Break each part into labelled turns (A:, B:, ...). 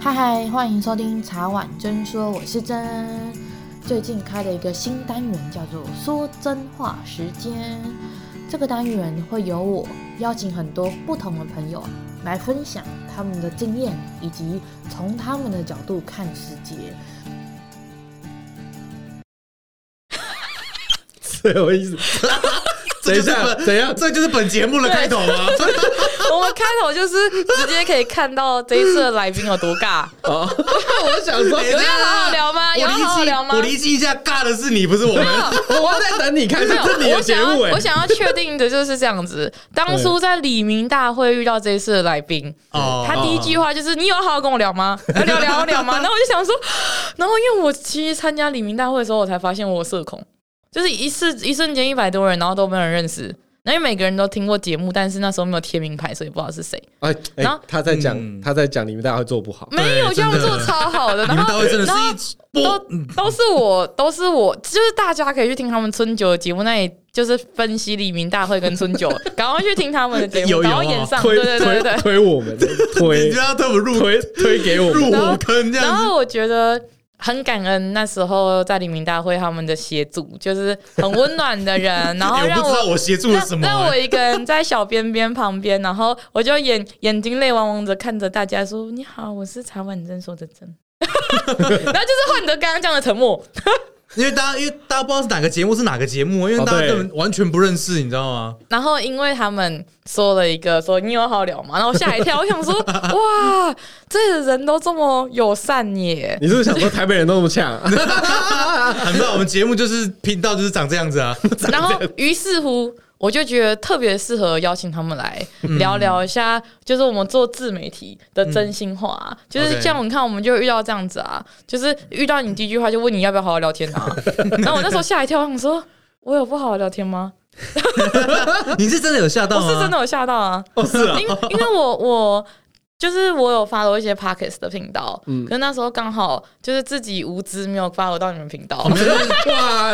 A: 嗨嗨，欢迎收听《茶碗真说》，我是真。最近开了一个新单元，叫做“说真话时间”。这个单元会由我邀请很多不同的朋友来分享他们的经验，以及从他们的角度看世界。
B: 最有意思。等一下，怎样？
C: 这就是本节目的开头
B: 啊
C: 吗？
D: 我们开头就是直接可以看到这一次的来宾有多 尬，
B: 哦，我想 说，
D: 有要好好聊吗？有
C: 哎我
D: 要好好聊吗？
C: 我离机一下，尬的是你，不是我们。
B: 我在等你开始
D: 没有
B: 这是你的
D: 我
B: 节
D: 想要
B: 目哎
D: 我。想要确定的就是这样子。当初在李明大会遇到这一次的来宾，
C: 哦
D: 他第一句话就是：“你有要好好跟我 聊吗？要聊聊聊吗？”然后我就想说， 然后因为我其实参加李明大会的时候，我才发现我有社恐，就是一次一瞬间一百多人，然后都没有人认识。因为每个人都听过节目，但是那时候没有贴名牌，所以不知道是谁。
B: 哎，哎
D: 然后
B: 他在讲，
C: 嗯
B: 他在讲，你们大家会做不好。
D: 没有，这样
C: 真的
D: 做超好的。
C: 你
D: 然
C: 们
D: 后，
C: 大会真的是
D: 然后
C: 一波
D: 都都是我，都是我，就是大家可以去听他们春酒的节目，那里就是分析黎明大会跟春 酒，赶快去听他们的节目，
C: 有有
D: 然后
C: 哦
D: 演上，
B: 推
D: 对对对对
B: 推
D: 对。
B: 推我们，
C: 你
B: 推
C: 就要对我入
B: 推推给我
C: 入
B: 们。
C: 火坑 这
D: 然
C: 样子。
D: 后我觉得很感恩那时候在黎明大会他们的协助，就是很温暖 的人，然后
C: 哎
D: 让
C: 我不知道我协助了什
D: 让
C: 么、
D: 让我
C: 哎
D: 一个人在小边边旁边，然后我就眼眼睛泪汪汪的看着大家说：“你好，我是茶碗真说的真。” 然后就是换得刚刚这样的沉默，
C: 因为大家因为大家不知道是哪个节目是哪个节目，因为
B: 哦
C: 大家
B: 对
C: 根本完全不认识，你知道吗？
D: 然后因为他们说了一个说你有好聊吗？然后我吓一跳，我想说哇，这人都这么友善 耶。
B: 你是不是想说台北人都那么 呛？
C: 很棒，我们节目就是频道就是长这样子啊。
D: 然后于是乎，我就觉得特别适合邀请他们来聊聊一下，就是我们做自媒体的真心话啊、就是像你看，我们就遇到这样子啊，就是遇到你第一句话就问你要不要好好聊天啊。然后我那时候吓一跳，我想说我有不好好聊天吗？
C: 你是真的有吓到
D: 我
C: 吗？
D: 是真的有吓到啊。
C: 哦，是啊
D: 因。因为我我就是我有 follow 一些 Pockets 的频道，
B: 嗯
D: 可是那时候刚好就是自己无知没有 follow 到你们频
B: 嗯
D: 道，
B: 哇，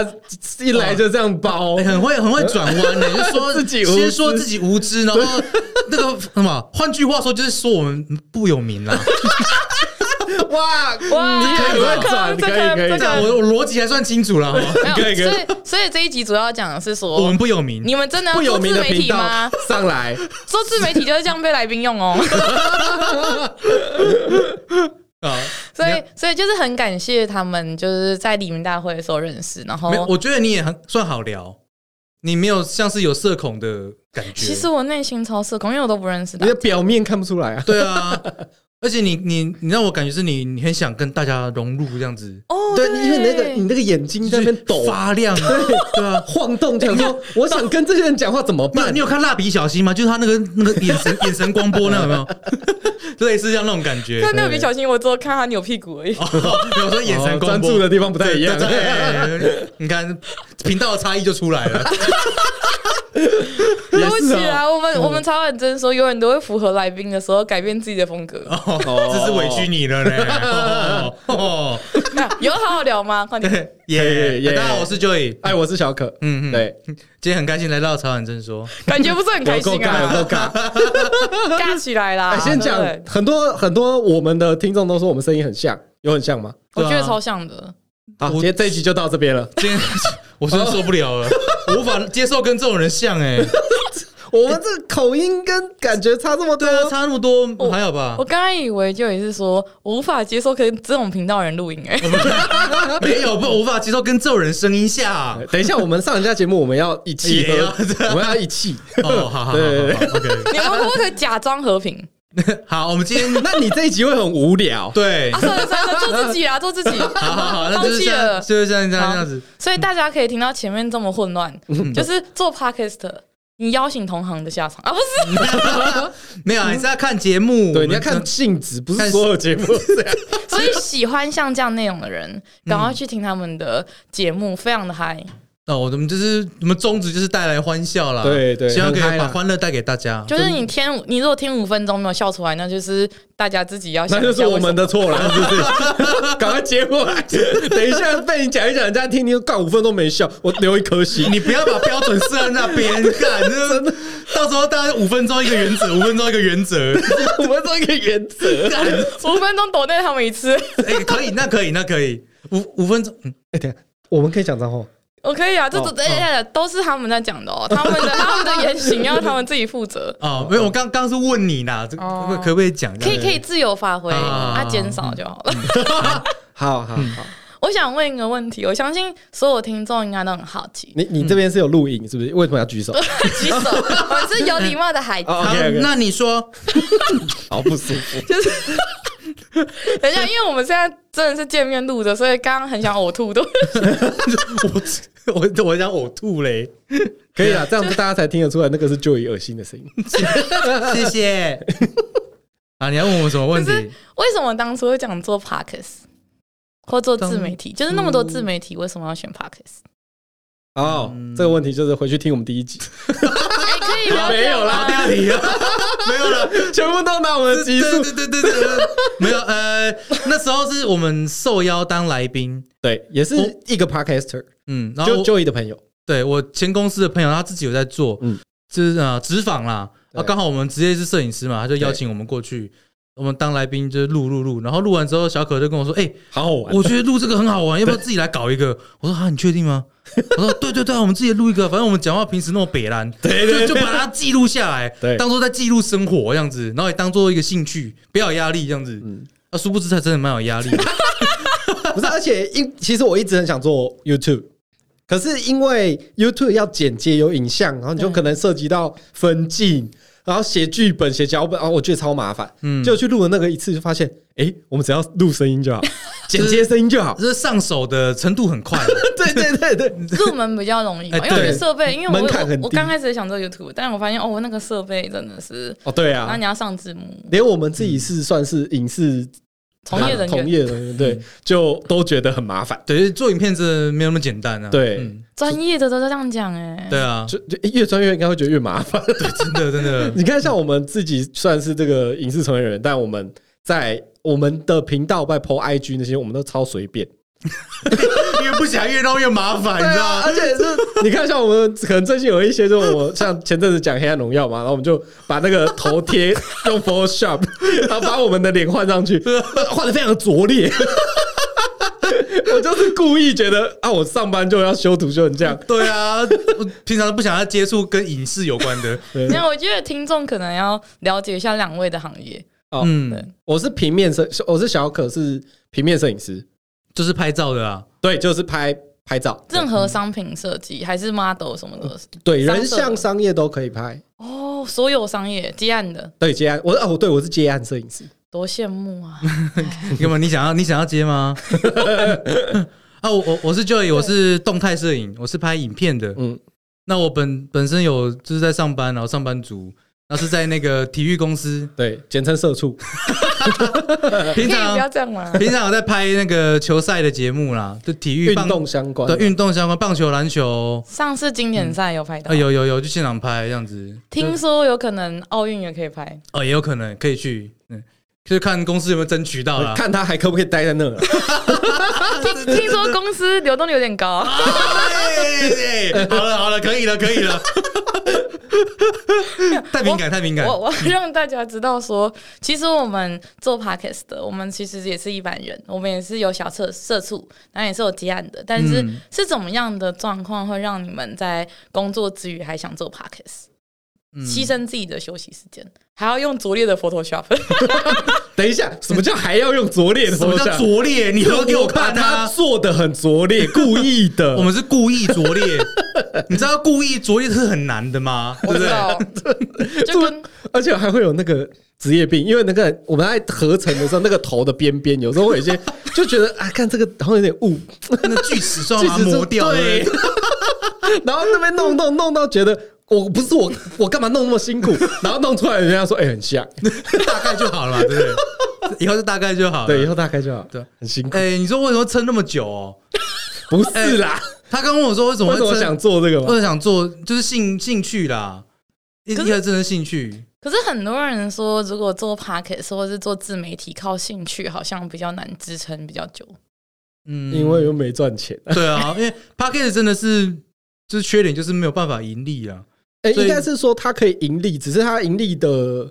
B: 一来就这样包
C: 哎，很会很会转弯 的，就说
B: 自己无知
C: 先说自己无知，然后那个什么，换句话说就是说我们不有名 啦。
B: 哇！
D: 哇，
B: 你可以
D: 这
B: 会转
D: 个
B: 你可以可以
C: 这
D: 这个
C: 样我我逻辑还算清楚了哦，
D: 没
B: 可以可以
D: 有，所以所以这一集主要讲的是
C: 我
D: 说
C: 们。不有名。
D: 哦你们真的要
B: 不有
D: 做
B: 名
D: 自
B: 的
D: 媒
B: 频
D: 体
B: 道
D: 吗？
B: 上来，
D: 做自媒体就是这样被来宾用 哦，
C: 啊，
D: 所
C: 你
D: 以所以就是很感谢他们，就是在黎明大会的时候认识，然后
C: 没有，我觉得你也很算好聊，你没有像是有社恐的感觉。
D: 其实我内心超社恐，因为我都不认识
B: 你
D: 他
B: 的。表面看不出来啊。
C: 对啊，而且你你你让我感觉是你你很想跟大家融入这样子，
D: 哦，
B: 对，因为那个你那个眼睛在那边抖，啊
C: 发亮，对啊。
B: 晃动，想说我想跟这些人讲话怎么
C: 你有
B: 办
C: 你？有看蜡笔小新吗？就是他那个那个 眼神眼神光波那有没有？类似像那种感觉。
D: 看那个比小新，我只有看他扭屁股而已。
C: 有时候眼神
B: 哦
C: 光
B: 专
C: 波
B: 注的地方不太一样。
C: 对，你看频道的差异就出来了。
D: 对不起
B: 啊，
D: 啊，我们我们超认真说，永远都会符合来宾的时候改变自己的风格。
B: 哦
C: 这是委屈你了呢。哦，
D: 那有好好聊吗？快点，
C: 耶
B: 耶
C: 耶！大家好，我是 Joy。
B: 哎，我是小可，
C: 嗯嗯，
B: 对，
C: 今天很开心来到曹婉珍说，
D: 感觉不是很开
B: 有够
D: 心
B: 尬，有
D: 啊，
B: 够尬。
D: 尬起来啦
B: 哎，。先讲
D: 对不对
B: 很多很多，我们的听众都说我们声音很像，有很像吗？
D: 我觉
C: 对
D: 得
C: 啊
D: 超像的。
B: 好，
C: 我
B: 今天这一集就到这边了。
C: 今天 我真的受不了了，我无法接受跟这种人像哎，
B: 我们这口音跟感觉差这么多
C: 对，啊，差那么多
D: 我
C: 还好吧
D: 我？刚刚以为就也是说，我无法接受跟这种频道的人录音， 哎，
C: 没有，不无法接受跟这种人声音 像。
B: 等一下，我们上人家节目，我们要一气
C: 也要
B: 呵，我们要一气。
C: 哦，好好好好
B: 对
C: 好，OK。
D: 你们可不可以假装 和平？
C: 好，我们今天
B: 那你这一集会很无 聊。
C: 对
D: 啊，，算了算了，做自己啦，做自己。
C: 好好好，那
D: 放
C: 就是
D: 弃
C: 这样，
D: 了。
C: 就是这样这样这样子。
D: 所以大家可以听到前面这么 混乱，就是做 podcast，你邀请同行的下场啊，不 是
C: 没有啊，你是要看节目，
B: 对，你要
C: 我们
B: 看性质，不是所有 节目都这样。 嗯
D: 所以喜欢像这样内容的人，赶快去听他们的节目，非常的嗨。
C: 那哦我们就是我们宗旨就是带来欢笑啦，
B: 对对
C: 希望可以
B: 很嗨啦
C: 把欢乐带给大家。
D: 就是你天五，你如果听五分钟没有笑出来，那就是大家自己要 想
B: 那
D: 一下
B: 就是我们
D: 为什么
B: 的错了，是不 是？赶快接过来，等一下被你讲一讲，人家听听干五分钟没笑，我留一颗 心。
C: 你不要把标准设在那边，干， 真的，到时候大家五分钟一个原则，五分钟一个原则，
B: 我们做一个原则，
C: 干，
D: 五分钟躲内他们一次，
C: 哎、可以，那可以，那可以，五五分钟，嗯，
B: 我们可以讲脏话。
D: 我可以啊，这
B: 哦
D: 都等一下都是他们在讲的哦，他们 的他们的言行要他们自己负责，
C: 哦，没有，我刚刚是问你啦，这个
D: 哦
C: 可不可以讲？
D: 可以可以自由发挥，
C: 啊
D: 啊，减少就好了。
B: 嗯好好好，
D: 我想问一个问题，我相信所有听众应该都很好 奇，
B: 你你这边是有录影是不是？为什么要 举手？
D: 举手，我是有礼貌的孩子。
B: 哦
C: 好
B: OK，OK
C: 那你说，
B: 好不舒服。
D: 等一下，因为我们现在真的是见面录的，所以刚刚很想呕吐，都
C: 我我我想呕吐嘞，
B: 可以啦，这样子大家才听得出来那个是 Joey 恶心的声音。
C: 谢谢。啊，你要问我们什么问题？
D: 为什么当初会讲做 podcast 或做自媒体？就是那么多自媒体，为什么要选 podcast？
B: 哦，这个问题就是回去听我们第一集，
D: 哎、可以聊
B: 没有啦
C: 好，第二题了，没有了。
B: 全部都拿我们的集数。
C: 对对对对对，没有呃，那时候是我们受邀当来宾，
B: 对，也是一个 podcaster，
C: 嗯，然后
B: 就
C: 我
B: Joey 的朋友。
C: 对我前公司的朋友，他自己有在做，
B: 嗯
C: 就是啊、呃、职访啦，
B: 对
C: 啊刚好我们职业是摄影师嘛，他就邀请我们过去，我们当来宾就是录录录，然后录完之后，小可就跟我说，哎、
B: 好好玩，
C: 我觉得录这个很好玩，要不要自己来搞一个？我说啊，你确定吗？ 我说对对对啊，我们自己录一个，反正我们讲话平时那么北兰，对对就就把它记录下来，
B: 对
C: 当做在记录生活这样子，然后也当做一个兴趣，不要有压力这样子。
B: 嗯
C: 啊，殊不知他真的蛮有压力 的。
B: 不是，而且因其实我一直很想做 YouTube，可是因为 YouTube 要剪接有影像，然后你就
D: 对
B: 可能涉及到分镜，然后写剧本、写脚本，啊，我觉得超麻烦。
C: 嗯，
B: 就去录了那个一次，就发现，哎，我们只要录声音就 好，剪接声音就好。
C: 这上手的程度很快。啊
B: 对对对对，
D: 入门比较容易
C: 哎
D: 嘛，因为我
B: 对
D: 的设备，因为我
B: 门槛很低
D: 我我刚开始也想做 YouTube，但我发现哦，那个设备真的是，
B: 哦对
D: 然
B: 啊
D: 后，你要上字幕，
B: 连我们自己是算是影视
D: 从业人
B: 从
D: 员
B: 啊
D: 嗯
B: 业人员，对，就都觉得很麻烦。
C: 对，做影片真的没有那么简单啊。
B: 对
C: 嗯
D: 专业的都在这样讲哎、
C: 对啊，
B: 就就越专业应该会觉得越麻烦。
C: 真的真 的，
B: 你看，像我们自己算是这个影视从业人员，但我们在我们的频道外 PO IG 那些，我们都超随 便。
C: 越不想越弄越麻烦，你知道吗？
B: 啊而且是 你看，像我们可能最近有一些，就是我像前阵子讲《黑暗荣耀》嘛，然后我们就把那个头贴用 Photoshop，然后 把我们的脸换上去， 换的非常拙劣。 我就是故意觉得啊，我上班就要修图修成这样，
C: 对啊，我平常都不想要接触跟影视有关的。
B: 对
D: 没有，我觉得听众可能要了解一下两位的行业，
B: 哦
C: 嗯，
B: 我是平面摄，我是小可是平面摄影师，
C: 就是拍照的啊。
B: 对，就是拍拍照，
D: 任何商品设
B: 嗯
D: 计还是 model 什么的
B: 对
D: 商
B: 人
D: 摄
B: 像商业都可以拍，
D: 哦，所有商业接案的
B: 对接案，我哦对，我是接案摄影师，
D: 多羡慕 啊！
C: 干嘛？你想要你想要接吗？ 啊，我我我是 Joy，我是动态摄影，我是拍影片的。
B: 嗯，
C: 那我本本身有就是在上班，然后上班族，然后是在那个体育公司，
B: 对，简称社畜，
C: 平
D: 可
B: 啊
D: 以不要
C: 常
D: 这样吗？
C: 平常有在拍那个球赛的节目啦，就体育
B: 运
C: 棒
B: 动相关
C: 对，运动相关，棒球、篮球，
D: 上次经典赛有拍到，
C: 啊有有有，就现场拍这样子，
D: 听说有可能奥运也可以拍，
C: 哦也有可能可以去，嗯，就是看公司有没有争取到啦。
B: 看他还可不可以待在那儿啊。
C: 啊
D: 听听说公司流动率有 点高，
C: 哎哎好了好了，可以了可以了，太敏感太敏感，
D: 我我要让大家知道说，其实我们做 podcast 的，我们其实也是一般人，我们也是有小社社畜，然后也是有接案的，但是
C: 嗯
D: 是怎么样的状况会让你们在工作之余还想做 podcast，
C: 嗯
D: 牺牲自己的休息时间，还要用拙劣 的 Photoshop？
B: 等一下，什么叫还要用拙劣的
C: 什
B: 手
C: 么
B: 下？
C: 叫拙劣？你都给我
B: 把
C: 看
B: 他
C: 啊！
B: 做的很拙 劣，故意的。
C: 我们是故意拙劣，你知道故意拙劣是很难的吗？对
D: 我
C: 不
D: 知
C: 对？
D: 道，就跟
B: 而且还会有那个职业病，因为那个我们在合成的时候，那个头的边边有时候会有一些就觉得啊，看这个好像有点雾，
C: 那锯齿状
B: 锯
C: 把它
B: 齿
C: 磨
B: 就
C: 掉了。
B: 对， 然后那边弄弄弄到觉得。我不是我，我干嘛弄那么辛苦？然后弄出来，人家说：“哎、很像。
C: 大概就好了嘛，对不对？以后就大概就好”了。
B: 对，以后大概就好。
C: 对，
B: 很辛苦。
C: 哎、你说为什么撑那么久、哦？
B: 不是啦，
C: 他刚问我说为什
B: 为
C: 么会
B: 什么
C: 趁
B: 想做这个
C: 或
B: 嘛？
C: 者想做就是兴兴趣啦，一一
D: 可是
C: 开始真的兴趣，
D: 可是很多人说，如果做 p o c k e t 或者是做自媒体，靠兴趣好像比较难支撑比较久。
C: 嗯，
B: 因为又没赚钱。
C: 对啊，因为 p a c k a g e 真的是就是缺点就是没有办法盈利啊，
B: 哎，
C: 所以
B: 应该是说它可以盈利，只是它盈利的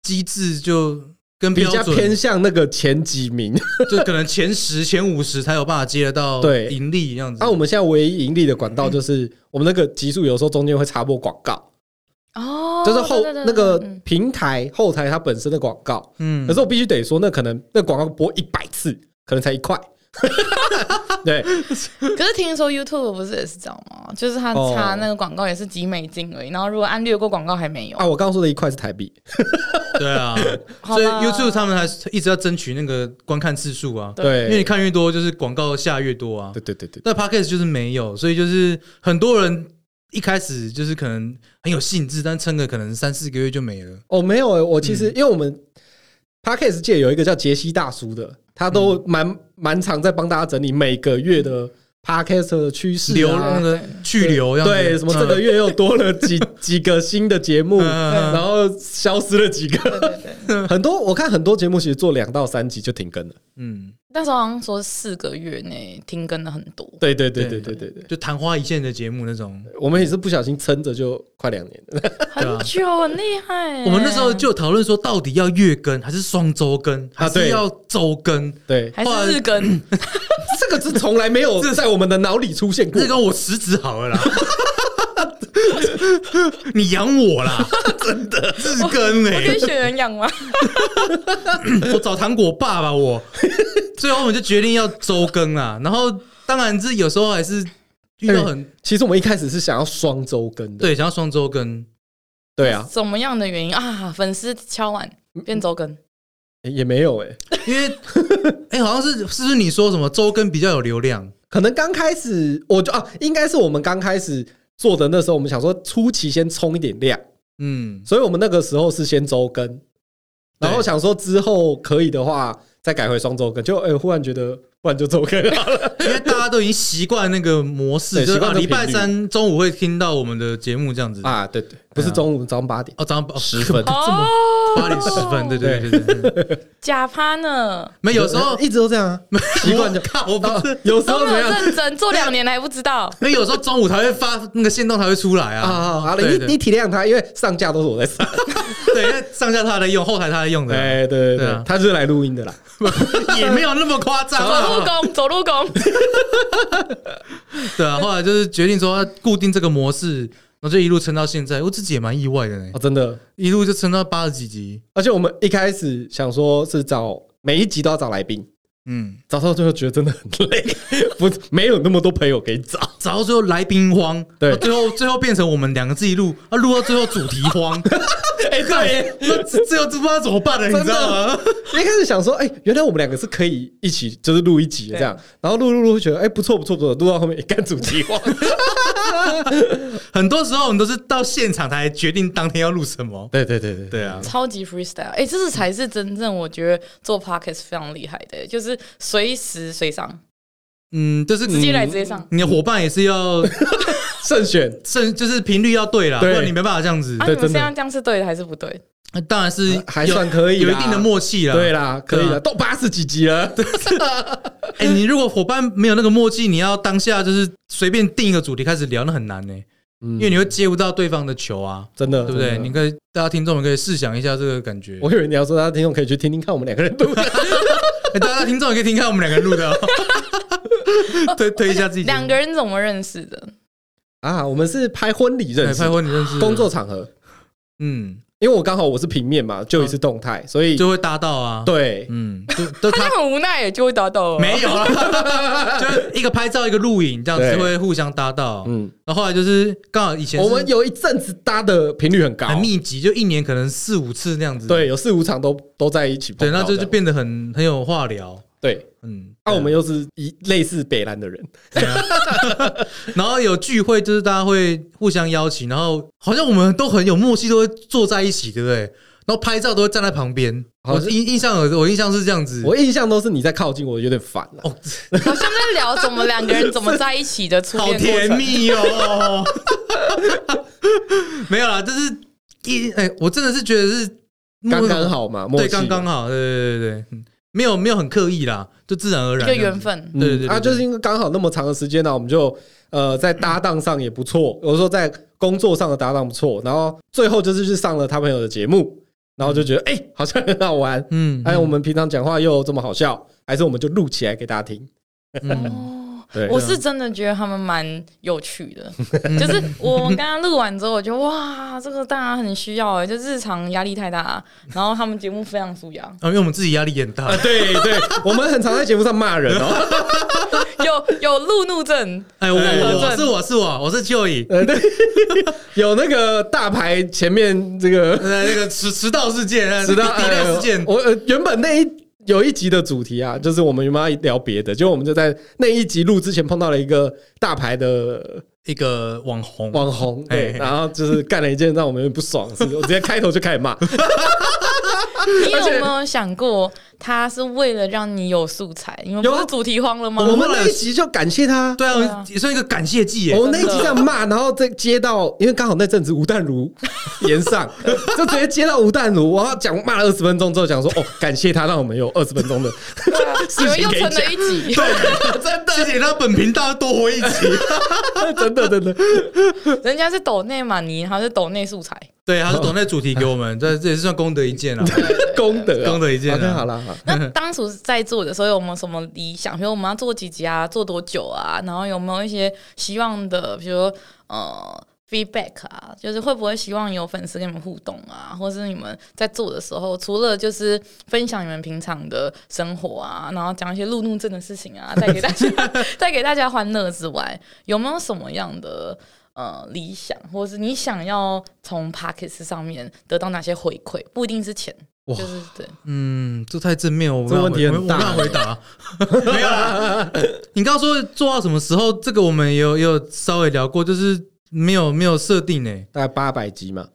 C: 机制就跟
B: 比
C: 标
B: 较
C: 准
B: 偏向那个前几名。
C: 就可能前十、前五十才有办法接得到
B: 对啊
C: 盈利这样子。
B: 那我们现在唯一盈利的管道就是我们那个集数有时候中间会插播广告，
D: 哦，
B: 就是后
D: 对对对
B: 那个
D: 对嗯
B: 平台后台它本身的广告。
C: 嗯
B: 可是我必须得说，那可能那广告播一百次，可能才一块。 对，
D: 可是听说 YouTube 不是也是这样吗？就是他
B: 哦
D: 插那个广告也是几美金而已，然后如果按略过广告还没有
C: 哦
B: 啊，。我刚刚说的一块是台币，
C: 对啊，
D: 好
C: 所以
D: 啦
C: YouTube 他们还是一直要争取那个观看次数啊，
B: 对，
C: 因为你看越多，就是广告下越多啊
B: 对。对对对，
C: 那 Podcast 就是没有，所以就是很多人一开始就是可能很有兴致，但撑个可能三四个月就没了。
B: 哦，没有欸、
C: 嗯
B: 我其实、因为我们 podcast 界有一个叫杰西大叔的，他
C: 嗯
B: 都蛮蛮常在帮大家整理每个月的 podcast 的趋势、啊，
C: 流那个去流这样子，
B: 对什么这个
C: 嗯
B: 月又多 了几几个新的节目，
C: 嗯
B: 然后消失了几个，
D: 对对对，
B: 很多我看很多节目其实做两到三集就停更了。
C: 嗯，
D: 那时候好像说四个月内停更了很 多。
B: 对对对对
C: 对
B: 对对对，
C: 就昙花一现的节目那种。
B: 我们也是不小心撑着就快两年了。
D: 很久，很厉害欸。
C: 啊我们那时候就有讨论说，到底要月更还是双周更，还是
B: 对
C: 要周更？
B: 对，
D: 还是日 更，
B: 这个是从来没 有在我们的脑里出现过
C: 这。个我辞职好了啦， 你养我啦，真的日更
D: 我可
C: 哎、
D: 以选人养吗？
C: 我找糖果爸爸我，最后我们就决定要周更啦。然后当然是有时候还是遇到很、
B: 其实我们一开始是想要双周更的，
C: 对，想要双周更，
B: 对啊，
D: 什么样的原因啊？粉丝敲碗
C: 嗯
D: 变周更，
B: 也没有哎、
C: 因为哎、好像是是不是你说什么周更比较有流量？
B: 可能刚开始我就啊，应该是我们刚开始做的那时候，我们想说初期先冲一点量，
C: 嗯，
B: 所以我们那个时候是先周更，然后想说之后可以的话再改回双周更，就哎、忽然觉得不然就周更好了。
C: 因为大家都已经习惯那个模式，
B: 对
C: 就
B: 习
C: 是
B: 惯
C: 啊
B: 这个
C: 礼拜
B: 频率
C: 三中午会听到我们的节目这样子。
B: 啊，对对，不是中午早上八点，
C: 哦，早上
B: 十分
C: 这么 八点十分，对对对对 对对。
D: 哦假趴呢？
C: 没有有时候
B: 一直都这样啊， 习惯就
C: 看我不
B: 啊
C: 是，
B: 有时
D: 都
B: 候
D: 没
B: 怎
D: 有
B: 样
D: 认真做两年了还不知道，
C: 那有时候中午才会发那个线动才会出来
B: 啊
C: 啊。
B: 啊啊！
C: 对
B: 你
C: 对
B: 你体谅他，因为上架都是我在上，
C: 对，因为上下他在用，后台他在用的，
B: 对对对
C: 对
B: 对
C: 啊，
B: 他就是来录音的啦。
C: 也没有那么 夸张
D: 走 路
C: 啊。
D: 工，走路工，
C: 对啊，后来就是决定说要固定这个模式，然后就一路撑到现在，我自己也蛮意外的呢
B: 哦，，真的，
C: 一路就撑到八十几集。
B: 而且我们一开始想说是找每一集都要找来宾，
C: 嗯，
B: 找到最后觉得真的很 累，不没有那么多朋友给你找。
C: 找啊到最后来宾荒，
B: 对
C: 啊最后最后变成我们两个自己录，啊，录到最后主题 荒，
B: 哎、对，
C: 那最后不知道怎么办了，你知道吗？
B: 一开始想说，哎、原来我们两个是可以一起就是录一集的这样，然后录录录觉得哎、不错不错不错，录到后面也干主题化，
C: 很多时候我们都是到现场才决定当天要录什么。
B: 对对对对
C: 对啊，
D: 超级 freestyle。哎、这是才是真正我觉得做 podcast 非常厉害的，就是随时随上，
C: 嗯，就是
D: 直接来直
C: 你
D: 接上。啊
C: 你的伙伴也是要
B: 慎选
C: 甚 就是频率要对啦，不
B: 对
C: 然你没办法这样子
D: 啊，。
B: 对
D: 你们
B: 真的
D: 这样这样是对的还是不对？
C: 那当然是
B: 呃还
C: 有
B: 算可以啦
C: 有一定的默契啦。
B: 对，啦，可以
C: 对
B: 了，
C: 啊
B: 都八十几集了，
C: 哎，你如果伙伴没有那个默契，你要当下就是随便定一个主题开始聊，那很难呢，欸
B: 因
C: 因为你会接不到对方的球啊，
B: 嗯真的
C: 对不对？
B: 真的
C: 你可以大家听众们可以试想一下这个感觉。
B: 我以为你要说，大家听众可以去听听看我们两个人录 的，
C: 哎大家听众也可以听看我们两个录 的，哦。推推一下自己
D: 两个人怎么认识的？
B: 啊，我们是拍婚礼认
C: 对
B: 识
C: 拍
B: 的，
C: 婚你认识的
B: 工作，场合，
C: 嗯，
B: 因为我刚好我是平面嘛，就一次动态，所以
C: 就会搭到啊。，
B: 对，
C: 嗯，就就
D: 他
C: 他
D: 很无奈耶，就会打到
C: 没有啊， 就是一个拍照一个录影这样子
B: 对
C: 就会互相搭到。
B: 嗯，
C: 然后后来就是刚好以前是
B: 我们有一阵子搭的频率很高，
C: 很密集，就一年可能四五次那样子。
B: 对，有四五场都都在一起碰
C: 对，
B: 到这样，
C: 那就就变得很很有话聊。
B: 对。
C: 嗯，
B: 那、
C: 对
B: 我们又是一类似北兰的人，
C: 然后有聚会，就是大家会互相邀请，然后好像我们都很有默契，都会坐在一起，对不对？然后拍照都会站在旁边。
B: 好
C: 我
B: 是
C: 印印象有我印象是这样子，
B: 我印象都是你在靠近我，有点烦了。
C: 哦，
D: 好像在聊怎么两个人怎么在一起的初
C: 好
D: 恋过
C: 甜
D: 程。
C: 蜜啊哦。 没有啦，就是一哎，我真的是觉得是
B: 刚刚，好嘛，默
C: 对，
B: 契
C: 刚刚好，对对对对，嗯没有没有很刻意啦，就自然而
D: 一
C: 然
D: 个缘。分，
B: 嗯
C: 对对对
B: 啊，
C: 对
B: 就是因为刚好那么长的时间呢、我们就呃在搭档上也不错，有时候在工作上的搭档不错，然后最后就是去上了他朋友的节目，然后就觉得哎、好像很好玩，
C: 嗯，
B: 哎，我们平常讲话又这么好笑，还是我们就录起来给大家听。
C: 嗯
D: 哦，
B: 对，
D: 我是真的觉得他们蛮有 趣的，
C: 嗯
D: 就是我刚刚录完之后，我就哇，这个大家很需要哎，就日常压力太大，然后他们节目非常舒压，
C: 啊，因为我们自己压力也很大
B: 啊，。 对对，我们很常在节目上骂人 哦，
D: 有有路怒症，
C: 哎，我
D: 对
C: 我
D: 对
C: 是我是我我是 Joey，
B: 呃，对，有那个大牌前面这 个
C: 呃，那个迟迟到事件，呃
B: 知道
C: 抵赖事件，
B: 我呃原本那一有一集的主题啊，就是我们原本要聊别的，结果我们就在那一集录之前碰到了一个大牌的
C: 一个网红，
B: 网红，
C: 哎
B: 对，然后就是干了一件让我们有点不爽的事， 我直接开头就开始 骂，
D: 你有没有想过，他是为了让你有素材？你们不
B: 有啊
D: 是主题荒了吗？
B: 我们那一集就感谢他。
C: 对啊，
D: 对啊
C: 也算一个感谢祭耶
B: 我。们那一集这样骂，然后再接到，因为刚好那阵子吴淡如延上， 就直接接到吴淡如，然后讲骂了二十分钟之后，讲说哦，感谢他让我们有二十分 钟的
D: 你
B: 事
D: 们
B: 情
D: 啊又
B: 可以
D: 成
B: 讲
D: 了，一 集，
C: 真的，谢谢他本频道多活一集。
B: 真的真的，
D: 人家是抖内嘛，你还是抖内素材。
C: 对，他是懂那主题给我们，这这也是算功德一件啊。
B: 功德啊
C: 功德一件啊
B: OK，好了，好啦
D: 那当初在做的时候有没有什么理想？比如我们要做几集啊，做多久啊？然后有没有一些希望的，比如说呃 feedback 啊，就是会不会希望有粉丝跟你们互动啊，或是你们在做的时候，除了就是分享你们平常的生活啊，然后讲一些路怒症的事情啊，带给大家带给大家欢乐之外，有没有什么样的？呃，理想，或是你想要从 p a c k e t 上面得到哪些回馈，不一定是钱，
B: 哇
D: 就是对。
C: 嗯，这太正面，我
B: 这问题很大
C: 我没有办法回答。没有 啦，你刚刚说做到什么时候？这个我们也有也有稍微聊过，就是没有没有设定诶，
B: 大概八百集嘛，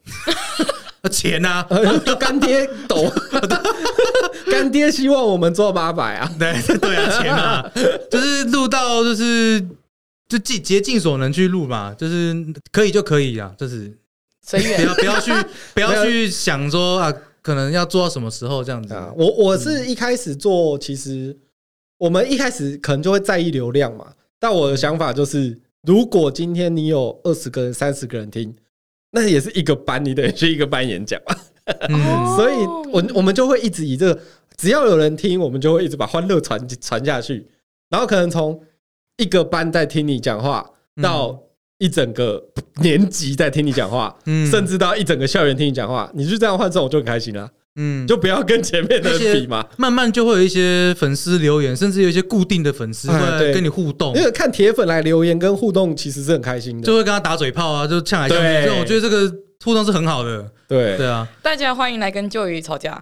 C: 呃钱啊，
B: 呃就干爹抖， 干爹希望我们做八百啊，
C: 对对啊，钱啊，就是录到就是就尽竭尽所能去录嘛，就是可以就可以啦，就是
D: 随
C: 不
D: 缘
C: 要。不 要去不要去想说啊，可能要做到什么时候这样子。
B: 啊，我我
C: 嗯
B: 是一开始做，其实我们一开始可能就会在意流量嘛。但我
C: 嗯
B: 的想法就是，如果今天你有二十个人、三十个人听，那也是一个班，你等于去一个班演讲嘛。
C: 嗯，
B: 所以我我们就会一直以这个，只要有人听，我们就会一直把欢乐传传下去。然后可能从一个班在听你讲话，
C: 嗯
B: 到一整个年级在听你讲话，
C: 嗯
B: 甚至到一整个校园听你讲话，你就这样换算，我就很开心啦、
C: 嗯，
B: 就不要跟前面的人比嘛。
C: 慢慢就会有一些粉丝留言，甚至有一些固定的粉丝会
B: 哎
C: 来
B: 对
C: 跟你互动
B: 因，为看铁粉来留言跟互动，其实是很开心的。
C: 就会跟他打嘴炮啊，就呛来呛
B: 对
C: 去。所以我觉得这个互动是很好的，
B: 对
C: 对啊，
D: 大家欢迎来跟旧鱼吵架，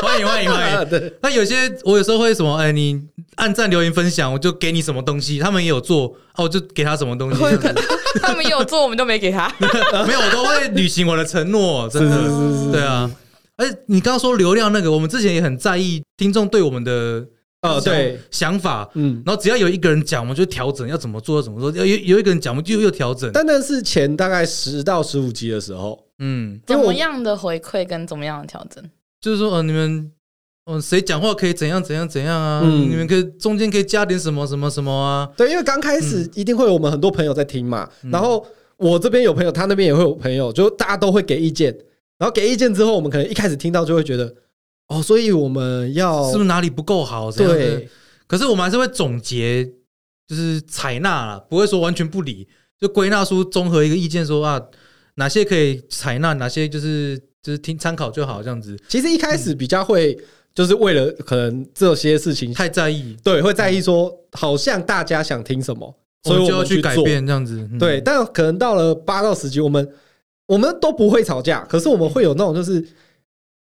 C: 欢迎欢迎欢 迎。
B: 对，
C: 那有些我有时候会什么，哎，你按赞留言分享，我就给你什么东西，他们也有做，哦，我就给他什么东西，这样子
D: 他们也有做，我们都没给他。
C: 没有，我都会履行我的 承诺，真的，
B: 是
C: 对啊。而且你刚刚说流量那个，我们之前也很在意听众对我们的
B: 哦
C: 想
B: 对，
C: 想法，
B: 嗯。
C: 然后只要有一个人讲，我们就调整要怎么做，要怎么做。有有有一个人讲，我们就又调整。
B: 但那是前大概十到十五集的时候，
C: 嗯，
D: 怎么样的回馈跟怎么样的调整？
C: 就是说，呃，你们，嗯、谁讲话可以怎样怎样怎样啊？
B: 嗯
C: 你们可以中间可以加点什么什么什么啊？
B: 对，因为刚开始一定会有我们很多朋友在听嘛，
C: 嗯
B: 然后我这边有朋友，他那边也会有朋友，就大家都会给意见，然后给意见之后，我们可能一开始听到就会觉得，哦，所以我们要
C: 是不是哪里不够好？怎样的
B: 哦对？
C: 可是我们还是会总结，就是采纳啦，不会说完全不理，就归纳出综合一个意见说啊，哪些可以采纳，哪些就是就是听参考就好，这样子
B: 其实一开始比较会，就是为了可能这些事情，
C: 太在意，
B: 对，会在意说好像大家想听什么，所以
C: 们
B: 我
C: 就要
B: 们
C: 去改
B: 做
C: 变这样子。嗯
B: 对，，但可能到了八到十集，我们我们都不会吵架，可是我们会有那种就是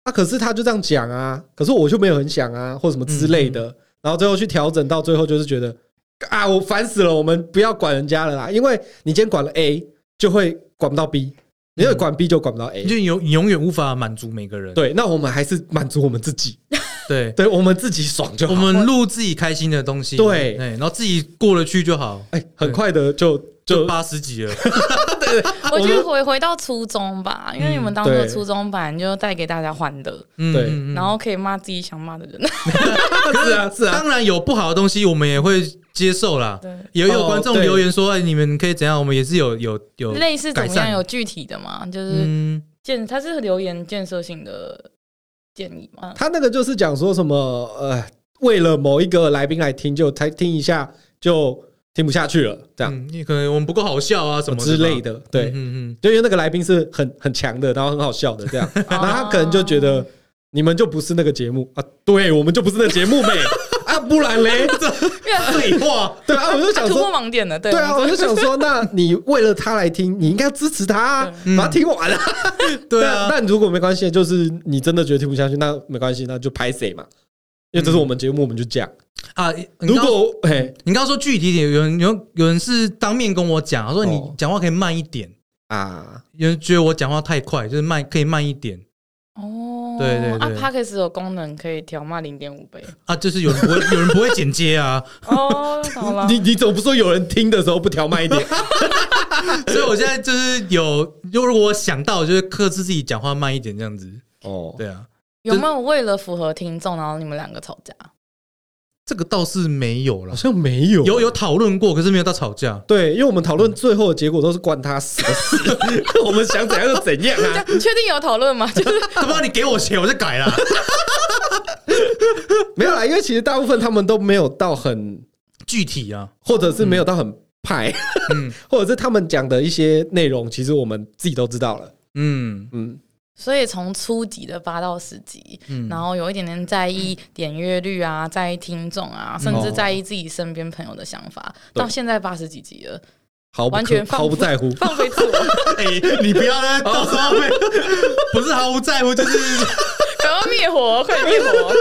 B: 啊，可是他就这样讲啊，可是我就没有很想啊，或什么之类
C: 嗯
B: 的，然后最后去调整，到最后就是觉得啊，我烦死了，我们不要管人家了啦，因为你今天管了 A，就会管不到 B，因为管 B 就管不到 A
C: 你。就永你永远无法满足每个人。
B: 对，那我们还是满足我们自己，
C: 对，
B: 对我们自己爽就好。
C: 我们录自己开心的东西，
B: 对
C: 哎然后自己过得去就好，
B: 哎、很快的就
C: 就
B: 就
C: 八十几了。
D: 我觉得回回到初中吧，因为你们当初
B: 对
D: 的初中版就带给大家欢乐，
C: 嗯
B: 对
C: 嗯嗯
D: 然后可以骂自己想骂的人。
B: 是啊是啊，
C: 当然有不好的东西，我们也会接受啦。
D: 对，
C: 也有
B: 哦
C: 观众
B: 对
C: 留言说：“哎，你们可以怎样？”我们也是有有有，
D: 类似怎么
C: 改
D: 样
C: 善
D: 有具体的嘛？就是
C: 嗯，
D: 建，它是留言建设性的建议嘛？
B: 他那个就是讲说什么呃，为了某一个来宾来听，就才听一下就听不下去了，这样、
C: 嗯，你可能我们不够好笑啊，什么
B: 之类
C: 的吧。
B: 的。对，
C: 嗯嗯
B: 就因为那个来宾是很很强的，然后很好笑的这样，
C: 哦
B: 然后他可能就觉得你们就不是那个节目啊，对我们就不是那个节 目呗，啊，不然嘞，
D: 因为
C: 嗯，废 话，
B: 对啊，我就
D: 它
B: 想
D: 突破
B: 说。
D: 盲点了，对
B: 对啊，
D: 我
B: 我就想说，那你为了他来听，你应该支持他、啊，
C: 对
B: 把他听完啊。
C: 嗯 对啊，
B: 但如果没关系，就是你真的觉得听不下去，那没关系，那就拍谁嘛，因为这是我们节目，我们就讲。
C: 啊，
B: 如
C: 你刚
B: 果嘿
C: 你刚刚说具体一点，有人有人有人是当面跟我讲，他说你
B: 哦
C: 讲话可以慢一点，
B: 啊，
C: 有人觉得我讲话太快，就是慢可以慢一点
D: 哦，
C: 对对
D: 啊
C: 对
D: p a c k e s 有功能可以调骂零点五倍。
C: 啊，就是有人不会 有人不会剪接啊，
D: 哦，懂了
B: 你。你怎么不说有人听的时候不调慢一点？
C: 所以我现在就是有，就如果我想到，我就会克制自己讲话慢一点这样子，
B: 哦，
C: 对啊，
D: 有没有为了符合听众，然后你们两个吵架？
C: 这个倒是没有
B: 好
C: 了，
B: 像没有，
C: 有有讨论过，可是没有到吵架，
B: 对，因为我们讨论最后的结果都是关他 什么事，我们想怎样就怎样 啊。
D: 你确定有讨论吗？ 就是
C: 他妈你给我钱我就改啦，
B: 没有啦，因为其实大部分他们都没有到很，
C: 具体啊，
B: 或者是没有到很派，
C: 嗯
B: 或者是他们讲的一些内容，其实我们自己都知道了。
C: 嗯
B: 嗯，
D: 所以从初级的八到十级，
C: 嗯，
D: 然后有一点点在意点阅率啊，在意听众
C: 嗯
D: 啊，甚至在意自己身边朋友的想法，
B: 对
C: 哦
D: 到现在八十几集了，
B: 毫不
D: 完全
B: 可
D: 放
B: 毫不在乎，
D: 放飞 自我，
C: 哎、你不要呢，到时候被哦 不是毫无在乎，就是
D: 赶快灭火，快点灭火！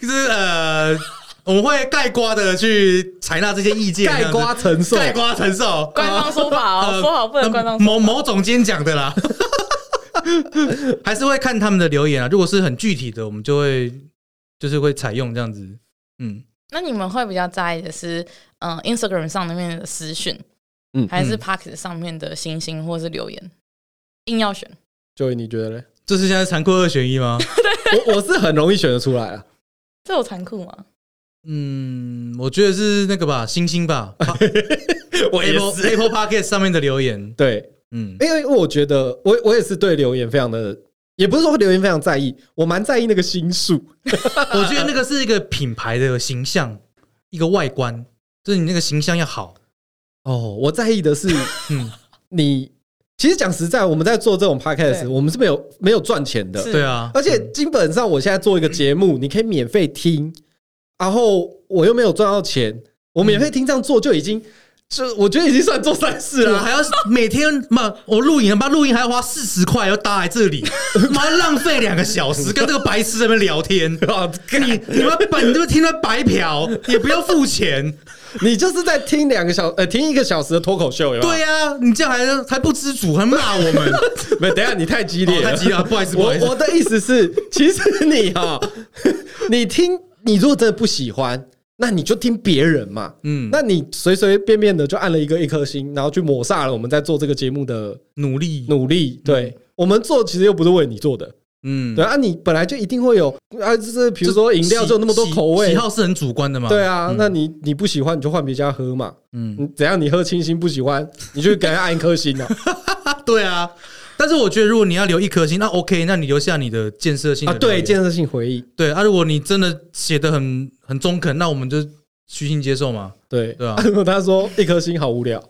C: 就是呃，我们会盖瓜的去采纳这些意见，
B: 盖瓜承受
C: 这。样子盖瓜承受。
D: 官 方说法哦，
C: 呃
D: 说好不能官方说法。
C: 某某总监讲的啦， 还是会看他们的留言啊。如果是很具体的，我们就会就是会采用这样子。嗯，
D: 那你们会比较在意的是，嗯、i n s t a g r a m 上面的私讯，
B: 嗯
D: 还是
C: 嗯
D: p a c k e 上面的星星或是留言，硬要选？
B: 就你觉得嘞？
C: 这是现在残酷二选一吗？
B: 我我是很容易选得出来 啊。
D: 这有残酷吗？
C: 嗯，我觉得是那个吧，星星 吧，Apple Apple Pocket 上面的留言。
B: 对，
C: 嗯
B: 因为我觉得我我也是对留言非常的，也不是说留言非常在意，我蛮在意那个心数。
C: 我觉得那个是一个品牌的形象，一个外观，就是你那个形象要好。
B: 哦，我在意 的是
C: 嗯，
B: 你。其实讲实在，我们在做这种 podcast，
D: 对
B: 我们是没有没有赚钱的，
D: 是
C: 对啊，
B: 而且基本上我现在做一个节目，你可以免费听，然后我又没有赚到钱，我免
C: 嗯
B: 费听这样做就已经，就我觉得已经算做善事
C: 我
B: 了。
C: 还要每天嘛，我录影，妈录影还要花四十块，要搭来这 里，妈浪费两个小时跟这个白痴在那边 聊天。你你们本就听他白嫖，也不要 付钱。
B: 啊你就是在听两个小呃听一个小时的脱口秀，有没有
C: 对呀、啊，你这样还还不知足，还骂我们。
B: 没 有，等一下你太激烈了，
C: 哦太激烈了不好意思不好意思
B: 我我的意思是，其实你哈、你听，你如果真的不喜欢，那你就听别人嘛。
C: 嗯，
B: 那你随随便便的就按了一个一颗星，然后去抹煞了我们在做这个节目的
C: 努力，
B: 努力。对、我们做其实又不是为你做的，
C: 嗯
B: 对，啊，你本来就一定会有啊，就是比如说饮料就有那么多
C: 喜
B: 口
C: 喜
B: 味，
C: 好是很主观的嘛。
B: 对啊，
C: 嗯
B: 那你你不喜欢你就换别家喝嘛，
C: 嗯
B: 你怎样你喝清新不喜欢，你就给他按一颗星啊
C: 啊 对啊。但是我觉得，如果你要留一颗星，那 OK，那你留下你的建设性
B: 啊，
C: 的留
B: 对，
C: 言
B: 建设性回忆，
C: 对啊。如果你真的写的很很中肯，那我们就虚心接受嘛。
B: 对
C: 对啊
B: 如果他说一颗星好无聊，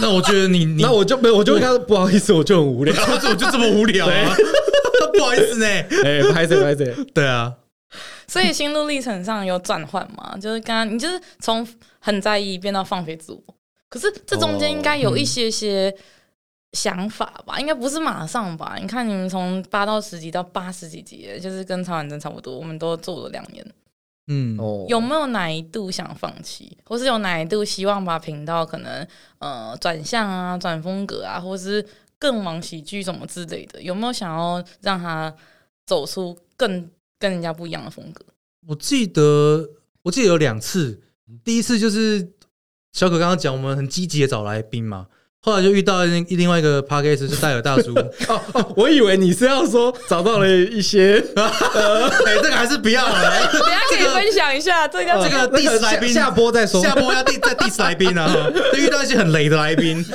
C: 那我觉得你你
B: 那我就没有，我就跟他说不好意思，我就很 无聊。
C: 然后我就这么无聊啊， 不好意思呢。
B: 哎，拍谁拍谁，
C: 对啊，
D: 所以心路历程上有转换吗？ 就是刚刚你就是从很在意变到放飞自我，可是这中间应该有一些些想法吧？应该不是马上吧？你看你们从八到十级到八十几级，就是跟曹婉珍差不多，我们都做了两年，
C: 嗯，
B: 哦，
D: 有没有哪一度想放弃，或是有哪一度希望把频道可能呃转向啊、转风格啊，或是更往喜剧什么之类的，有没有想要让他走出更跟人家不一样的风格？
C: 我记得我记得有两次，第一次就是小可刚刚讲，我们很积极的找来宾嘛，后来就遇到另另外一个 p a c a s e 是戴尔大叔，
B: 哦哦，我以为你是要说找到了一 些
C: 哎，这个还是不要哎了，
D: 等一下可以分享一下，这个呃
C: 这个 diss 来宾
B: 下播再说。
C: 下播要 diss 再 diss 来宾啊， 就遇到一些很雷的来宾。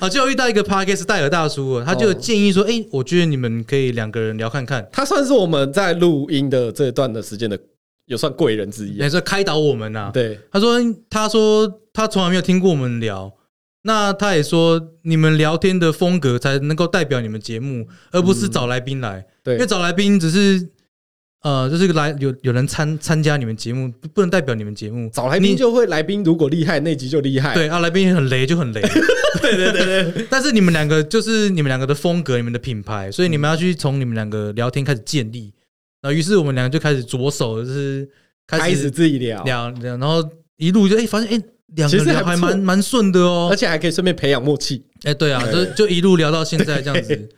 C: 啊，就遇到一个 p a c a s e 戴尔大叔啊，他就有建议说，哎、我觉得你们可以两个人聊看看，
B: 他算是我们在录音的这段的时间的，有算贵人之一
C: 也。是开导我们呐、啊。
B: 对，
C: 他说他说他从来没有听过我们聊，那他也说你们聊天的风格才能够代表你们节目，而不是找来宾来，
B: 嗯对
C: 因为找来宾只是。呃，就是来有有人参参加你们节目，不不能代表你们节目。
B: 找来宾就会，来宾如果厉害，那集就厉害。
C: 对啊，来宾很雷就很雷，
B: 对对对对，
C: 但是你们两个就是你们两个的风格，你们的品牌，所以你们要去从你们两个聊天开始建立。然后，于是我们两个就开始着手，就是
B: 开
C: 开
B: 始
C: 始
B: 自己聊，
C: 聊聊，然后一路就哎、发现哎，两、
B: 其
C: 个
B: 实还
C: 聊还
B: 不错
C: 蛮蛮顺的哦
B: 而。且还可以顺便培养默契。
C: 哎、对啊，就
B: 对
C: 就一路聊到现在 这样子。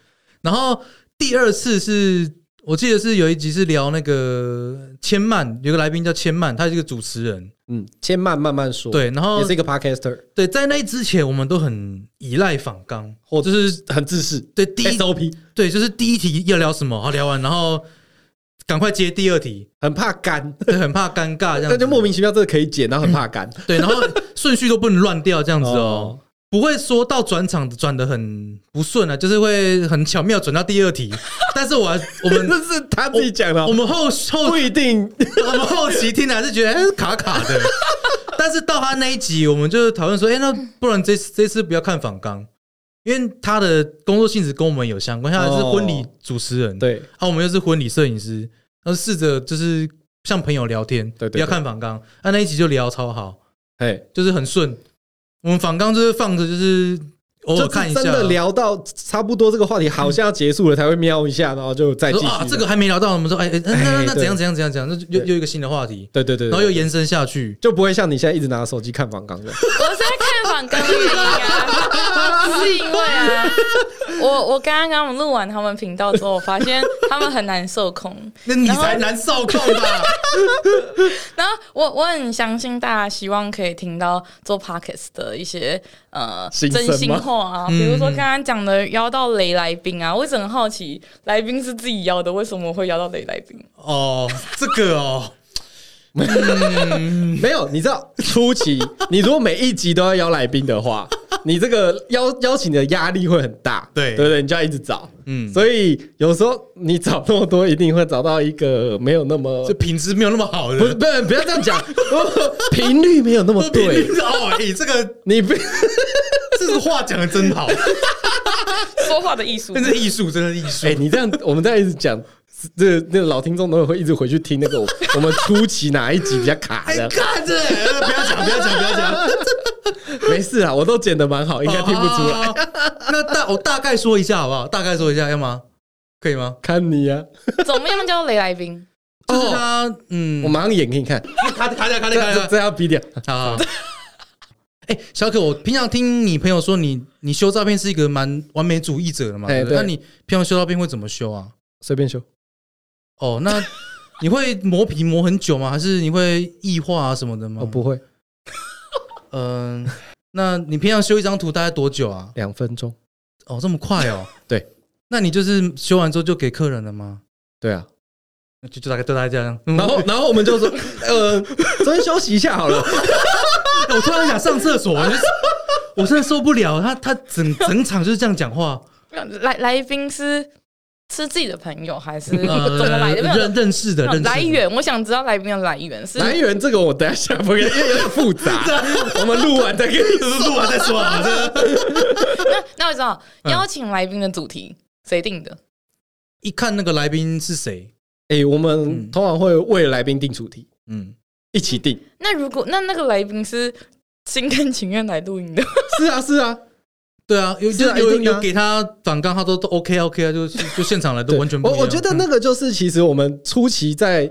C: 然后第二次是我记得是有一集是聊那个千曼，有个来宾叫千曼，他是一个主持人。
B: 嗯，先慢慢慢说。，
C: 对，然后
B: 也是一个 podcaster，
C: 对，在那之前我们都很依赖仿纲，
B: 或就是很自私。
C: 对第一
B: SOP
C: 对就是第一题要聊什么，好聊完，然后赶快接第二题，
B: 很怕干，
C: 对，很怕尴尬这样
B: 那
C: 子，
B: 就莫名其妙这个可以剪，然后很怕干。
C: 对，然后顺序都不能乱掉这样子哦
B: 哦。
C: 不会说到转场转的很不顺啊，就是会很巧妙转到第二题，但是我还我 们
B: 这是他自己讲的
C: 我
B: 哦，
C: 们后 后
B: 不一定。
C: 我们后期听还是觉得、哎卡卡的，但是到他那一集，我们就讨论说，哎、那不然这这次不要看仿纲，因为他的工作性质跟我们有相关，他是
B: 哦
C: 婚礼主持人，，
B: 对，
C: 啊，我们又是婚礼摄影师，然后试着就是像朋友聊天，
B: 对对对
C: 不要看仿纲，啊，那一集就聊超好，
B: 哎，
C: 就是很顺，我们仿纲就是放着就是偶尔
B: 就
C: 看
B: 是
C: 一下，啊
B: 真的聊到差不多这个话题好像要结束了，才会瞄一下，然后就再继
C: 说
B: 续
C: 啊，这个还没聊到，我们说，哎、哎那那
B: 哎
C: 那
B: 对
C: 怎样怎样怎样怎样，那就又
B: 对
C: 又一个新的话题，
B: 对对对，对
C: 然后又延伸下去。
B: 就不会像你现在一直拿手机看房刚的。
D: 我是在看访刚的原因 啊，是因为啊，我我刚刚刚我录完他们频道之后，我发现他们很难受控，
C: 那你
D: 然后
C: 才难 受控吧？
D: 然后我我很相信大家希望可以听到做 pockets 的一些呃
B: 心声
D: 真
B: 吗嗯
D: 心话啊，比如说刚刚讲的邀到雷来宾啊，我一直很好奇，来宾是自己邀的，为什么会邀到雷来宾？
C: 哦，这个 哦，
B: 没有，你知道初期你如果每一集都要邀来宾的话，你这个邀邀请的压力会很大，
C: 对
B: 对不对？你就要一直找，
C: 嗯，
B: 所以有时候你找那么多，一定会找到一个没有那么
C: 这品质没有那么好的，
B: 不是不是不要这样 讲，频率没有那么
C: 频率
B: 对，
C: 哦，哎，这个
B: 你不
C: 这个话讲的真 好，
D: 说话的艺术
C: 真，是艺术，真的艺 术
B: 哎、。你这样我们在一直讲。这那个老听众都会一直回去听那 个我我们初期哪一集比较卡
C: 哎，
B: 的，
C: 看这，呃不要讲，不要讲，不要
B: 哎
C: 讲，
B: 没事啊，我都剪得蛮好，应该听不出来。
C: 哦。 那大我大概说一下好不好？大概说一下，要吗？可以吗？
B: 看你啊，
D: 怎么样叫雷来宾？
C: 就是他，嗯，
B: 我马上演给你看，
C: 他他他他
B: 这这
C: 他
B: 这要逼掉。
C: 啊。 哎、小可，我平常听你朋友说你你修照片是一个蛮完美主义者的嘛？
B: 哎
C: 对不对那
B: 对
C: 你平常修照片会怎么修啊？
B: 随便修，
C: 哦，那你会磨皮磨很久吗？还是你会异化啊什么的吗？
B: 我、哦不会，
C: 嗯、那你平常修一张图大概多久啊？
B: 两分钟。。
C: 哦，这么快哦
B: 对，
C: 那你就是修完之后就给客人了吗？
B: 对啊，
C: 就就大概对大家这样。嗯
B: 然后然后我们就说，呃， 昨天休息一下好 了。
C: 我我突然想上厕所，我就是我真的受不了，他他整整场就是这样讲话，
D: 呃来来宾是是自己的朋友还是 怎
C: 呃
D: 么来的？没有
C: 认认识的
D: 没有
C: 认识的
D: 来源，我想知道来宾的来源是
B: 来源这个我等一下不给，因为有点复 杂，我们 录完再跟你 说。
C: 录完再说啊，这个
D: 那我知道
C: 嗯
D: 邀请来宾的主题谁定的？
C: 一看那个来宾是谁，
B: 哎、我们通常会为来宾定主题，
C: 嗯，
B: 一起定。
D: 那如果那那个来宾是心甘情愿来录音的，
B: 是啊，是啊，
C: 对啊，有
B: 是
C: 就
B: 啊
C: 有
B: 一定的啊
C: 有给他反刚，他都都 OK OK 啊，就就现场来都
B: 对
C: 完全不一
B: 我
C: 样。
B: 我觉得
C: 嗯
B: 那个就是，其实我们初期在，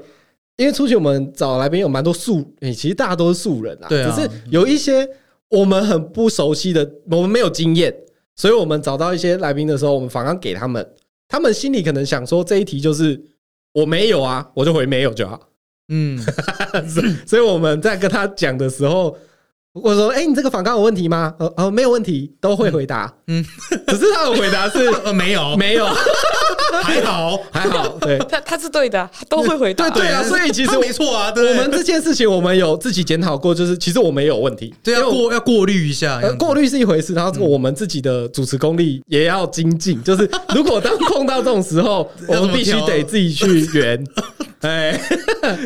B: 因为初期我们找来宾有蛮多素，诶、其实大家都是素人啊，
C: 对啊
B: 只是有一些我们很不熟悉的，我们没有经验，所以我们找到一些来宾的时候，我们反而给他们，他们心里可能想说这一题就是我没有啊，我就回没有就好。
C: 嗯，
B: 所以我们在跟他讲的时候，我说：“哎、你这个反纲有问题吗？”呃哦，没有问题，都会回答。嗯
C: 嗯，
B: 只是他的回答 是
C: 呃，没有，
B: 没有，啊
C: 还好，
B: 还好。对
D: 他他是对的啊，他都会回 答。
B: 对啊所以其实
C: 他
B: 我
C: 没错啊，对不
B: 我
C: 对
B: 们这件事情，我们有自己检讨过，就是其实我们也有问题。
C: 对
B: 因为
C: 要
B: 我
C: 过要过滤一下，
B: 呃，过
C: 滤
B: 滤是一回事，然后这个我们自己的主持功力也要精进。就是如果当碰到这种时 候，我
C: 要怎么
B: 们必须
C: 调
B: 得自己去 圆。哎，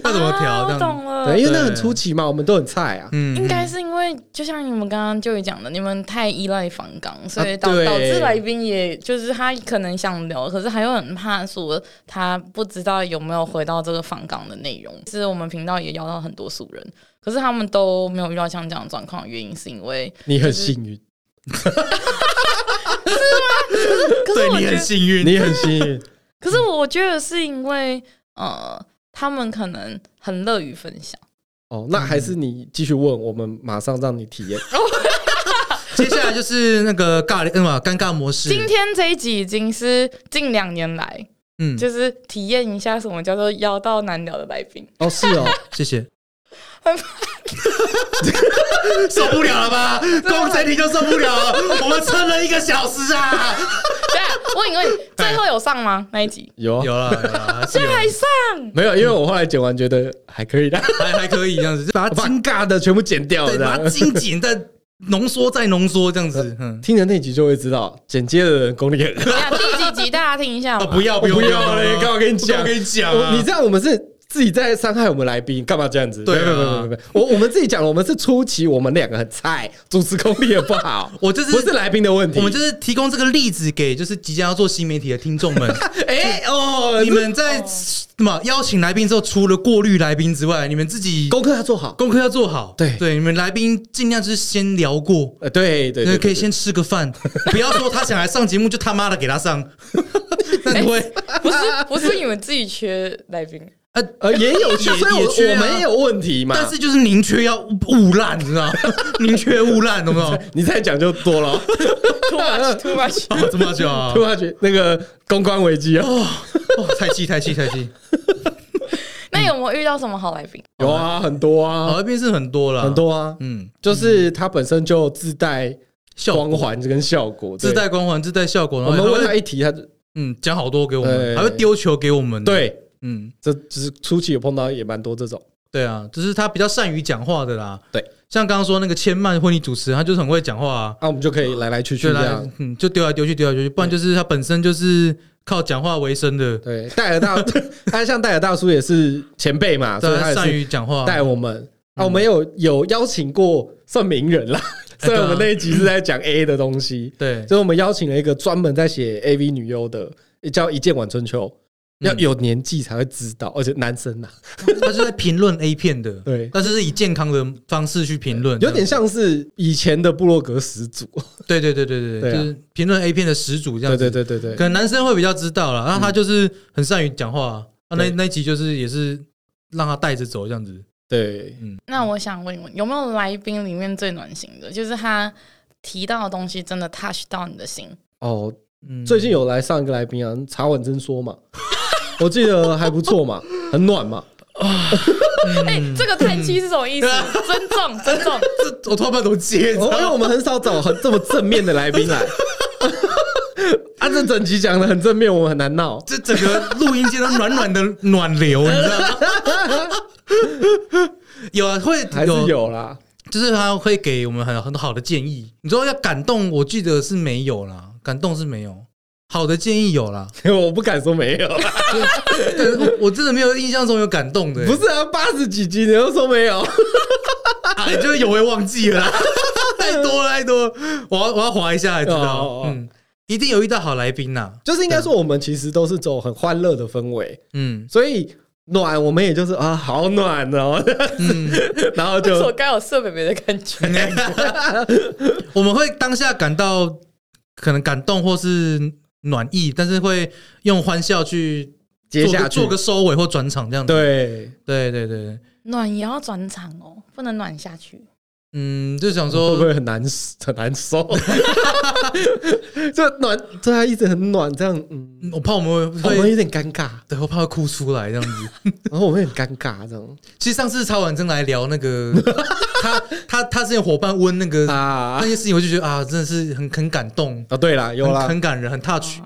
C: 要怎么
D: 啊
C: 调？
D: 我
C: 这样
D: 懂了
B: 对，。因为那很出奇嘛，我们都很菜啊。
C: 嗯
D: 应该是因为，就像你们刚刚就讲的，你们太依赖访港，所
C: 啊
D: 以导、
B: 对
D: 导致来宾也就是他可能想聊，可是还又很怕说他不知道有没有回到这个访港的内容。是我们频道也邀到很多素人，可是他们都没有遇到像这样的状况，原因是因为，
B: 你很幸运，
D: 可是
C: 对
D: 我
C: 你
D: 觉
C: 很
D: 得，
C: 幸运，
B: 你很幸 运。
D: 可是我觉得是因为，呃，他们可能很乐于分享。
B: 哦，那还是你继续问，我们马上让你 体验。
C: 接下来就是那个尬嗯嘛尴尬模式，
D: 今天这一集已经是近两年来，
C: 嗯，
D: 就是体验一下什么叫做邀到难聊的来宾。
B: 哦，是哦，
C: 谢 谢
D: 很。
C: 受不了了吧？光这题就受不了了，我们撑了一个小时啊！
D: 对啊，问你问你，最后有上吗？那一集
B: 有啊
C: 有了，有了，是有
D: 哎还上？
B: 没有？因为我后来剪完觉得还可以 的，
C: 还还可以这样子，就把
B: 我
C: 它
B: 把
C: 精
B: 尬的全部剪掉
C: 对，把它
B: 了。
C: 精简再浓缩再浓缩这样 子，嗯。
B: 听着那集就会知道，剪接的人功力很
D: 等一下第几集大家听一下
C: 啊！
D: 嘛。
C: 不要
B: 不
C: 不
B: 要嘞，刚好跟你
C: 不要
B: 讲，
C: 跟你讲
B: 我
C: 啊！
B: 你这样我们是自己在伤害我们来宾，干嘛这样子？
C: 对啊
B: 没有没有没有没有，我我们自己讲了，我们是初期，我们两个很菜，主持功力也不好
C: ，我就是
B: 不是来宾的问题，
C: 我们就是提供这个例子给就是即将要做新媒体的听众们。
B: 哎哦，
C: 你们在什么邀请来宾之后，除了过滤来宾之外，你们自己
B: 功课要做好。
C: 功课要做好。
B: 对
C: 对，你们来宾尽量就是先聊过。
B: 呃，对对
C: 对，
B: 对，
C: 可
B: 对
C: 以先吃 个饭，不要说他想来上节目就他妈的给他上，那你会
D: 哦
B: 哎
D: 不是不是你们自己缺来宾，
C: 呃，
B: 呃也有缺，
C: 也
B: 所以
C: 也
B: 我
C: 缺啊
B: 我们也有问题嘛。
C: 但是就是宁缺要勿滥，你 知道吗？宁缺毋滥，懂不懂？
B: 你再讲就多 了，
D: too much too much。
C: 哦，这么久啊
B: 突然觉得那个公关危机啊，
C: 哦，哦，太气太气太气！
D: 那有没有遇到什么好来宾？
B: 有啊，很多
C: 好，
B: 啊，
C: 那边哦是很多了，
B: 很，多啊，
C: 嗯，
B: 就是它本身就自带
C: 效
B: 光
C: 果
B: 环跟效果，对
C: 自带光环，自带效果。然
B: 我
C: 后
B: 们
C: 他
B: 问
C: 会
B: 他一题，他就
C: 嗯，讲好多给我
B: 对
C: 们，还会丢球给我们。，
B: 对，
C: 嗯，
B: 这只是初期有碰到也蛮多这种，
C: 对啊，就是他比较善于讲话的啦。
B: 对，
C: 像刚刚说那个千曼婚礼主持人，他就是很会讲话啊，
B: 那我们就可以来来去去
C: 就
B: 这
C: 来
B: 样。
C: 嗯，就丢来丢去，丢来丢去，不然就是他本身就是靠讲话为生的，
B: 对，戴尔大， 他像戴尔大叔也是前辈嘛，所
C: 对
B: 以他
C: 啊，善
B: 也是
C: 于嗯讲话。
B: 带我们啊，我们有有邀请过算名人啦，
C: 哎
B: 虽然我们
C: 对啊
B: 那一集是在讲 A 的东西，
C: 对，
B: 所以我们邀请了一个专门在写 AV 女优的，叫一见晚春秋，
C: 嗯
B: 要有年纪才会知道，而且男生呐、
C: 他是在评论 A 片的，
B: 对
C: 但是是以健康的方式去评论，
B: 有点像是以前的部落格始祖。
C: 对对对对
B: 对
C: 对，
B: 啊
C: 就是评论 A 片的始祖这样
B: 对
C: 子。
B: 对对对对嗯
C: 可，能男生会比较知道了，然后他就是很善于讲话啊，啊那
B: 对
C: 那一集就是也是让他带着走这样子。
B: 对，
D: 那我想问一问，有没有来宾里面最暖心的？就是他提到的东西真的 touch 到你的心。
B: 哦，
C: 嗯，
B: 最近有来上一个来宾啊，茶碗真说嘛， 我记得还不错嘛，很暖嘛。
D: 哎、这个叹气是什么 意思？尊重，尊重。
C: 这我突然不知道怎么接，你知
B: 哦因
C: 道
B: 为
C: 吗
B: 我们很少找很这么正面的来宾来。 啊，这整集讲的很正面，我们很难闹。
C: 这整个录音间都暖暖的暖流，你知道吗？ 有啊，会
B: 还是有啦，
C: 就是他会给我们很很多好的建议。你说要感动，我记得是没有啦，感动是没有，好的建议有啦。
B: 我不敢说没有啦，
C: 对 我我真的没有印象中有感动的、
B: 不是啊，八十几集你又说没 有，
C: 啊，你就是有会忘记了啦， 太多了太多了，我要我要划一下才知
B: 哦哦
C: 道
B: 哦，
C: 嗯，一定有遇到好来宾呐，
B: 就是应该说我们其实都是走很欢乐的氛围，
C: 嗯
B: 所以暖我们也就是啊，好暖哦，
C: 嗯，
B: 然后
D: 这是
B: 就
D: 我该有色妹妹的感觉。
C: 我们会当下感到可能感动或是暖意，但是会用欢笑去
B: 接
C: 做个
B: 下去
C: 做个收尾或转场这样子，
B: 对。
C: 对对对对，
D: 暖也要转场哦，不能暖下去。
C: 嗯，就想
B: 会不
C: 说，
B: 会很难很难受？这暖，对啊，一直很暖，这样，嗯，
C: 嗯我怕我们
B: 我
C: 会
B: 们
C: 会，
B: 有点尴尬，
C: 对，我怕会哭出来这样子。
B: 然后我们很尴尬，这样
C: 其实上次超婉珍来聊那个，他他他之前伙伴问那个
B: 啊
C: 那些事情，我就觉得啊，真的是很很感动，
B: 啊，对啦，有
C: 很
B: 啦，
C: 很感人，很 touch。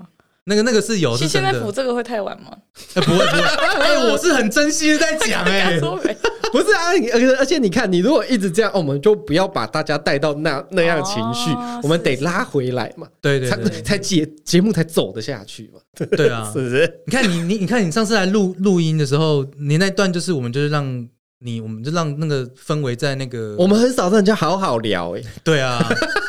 C: 那个那个是有，是
D: 其实现
C: 真
D: 在
C: 的
D: 补。这个会太晚吗？
C: 哎，不会不会，哎，我是很真心的在 讲哎
D: 敢，说没
B: 不是啊，你而且而且你看，你如果一直这样，我们就不要把大家带到那那样的情绪
D: 哦，
B: 我们得
D: 是
B: 拉回来嘛，
C: 对对
B: 才
C: 对
B: 才节节目才走得下去嘛，
C: 对啊
B: 是！不是？
C: 你看你你你看你上次来录录音的时候，你那段就是我们就是让你我们就让那个氛围在那个
B: 我们很少让人家好好聊，哎，
C: 对啊，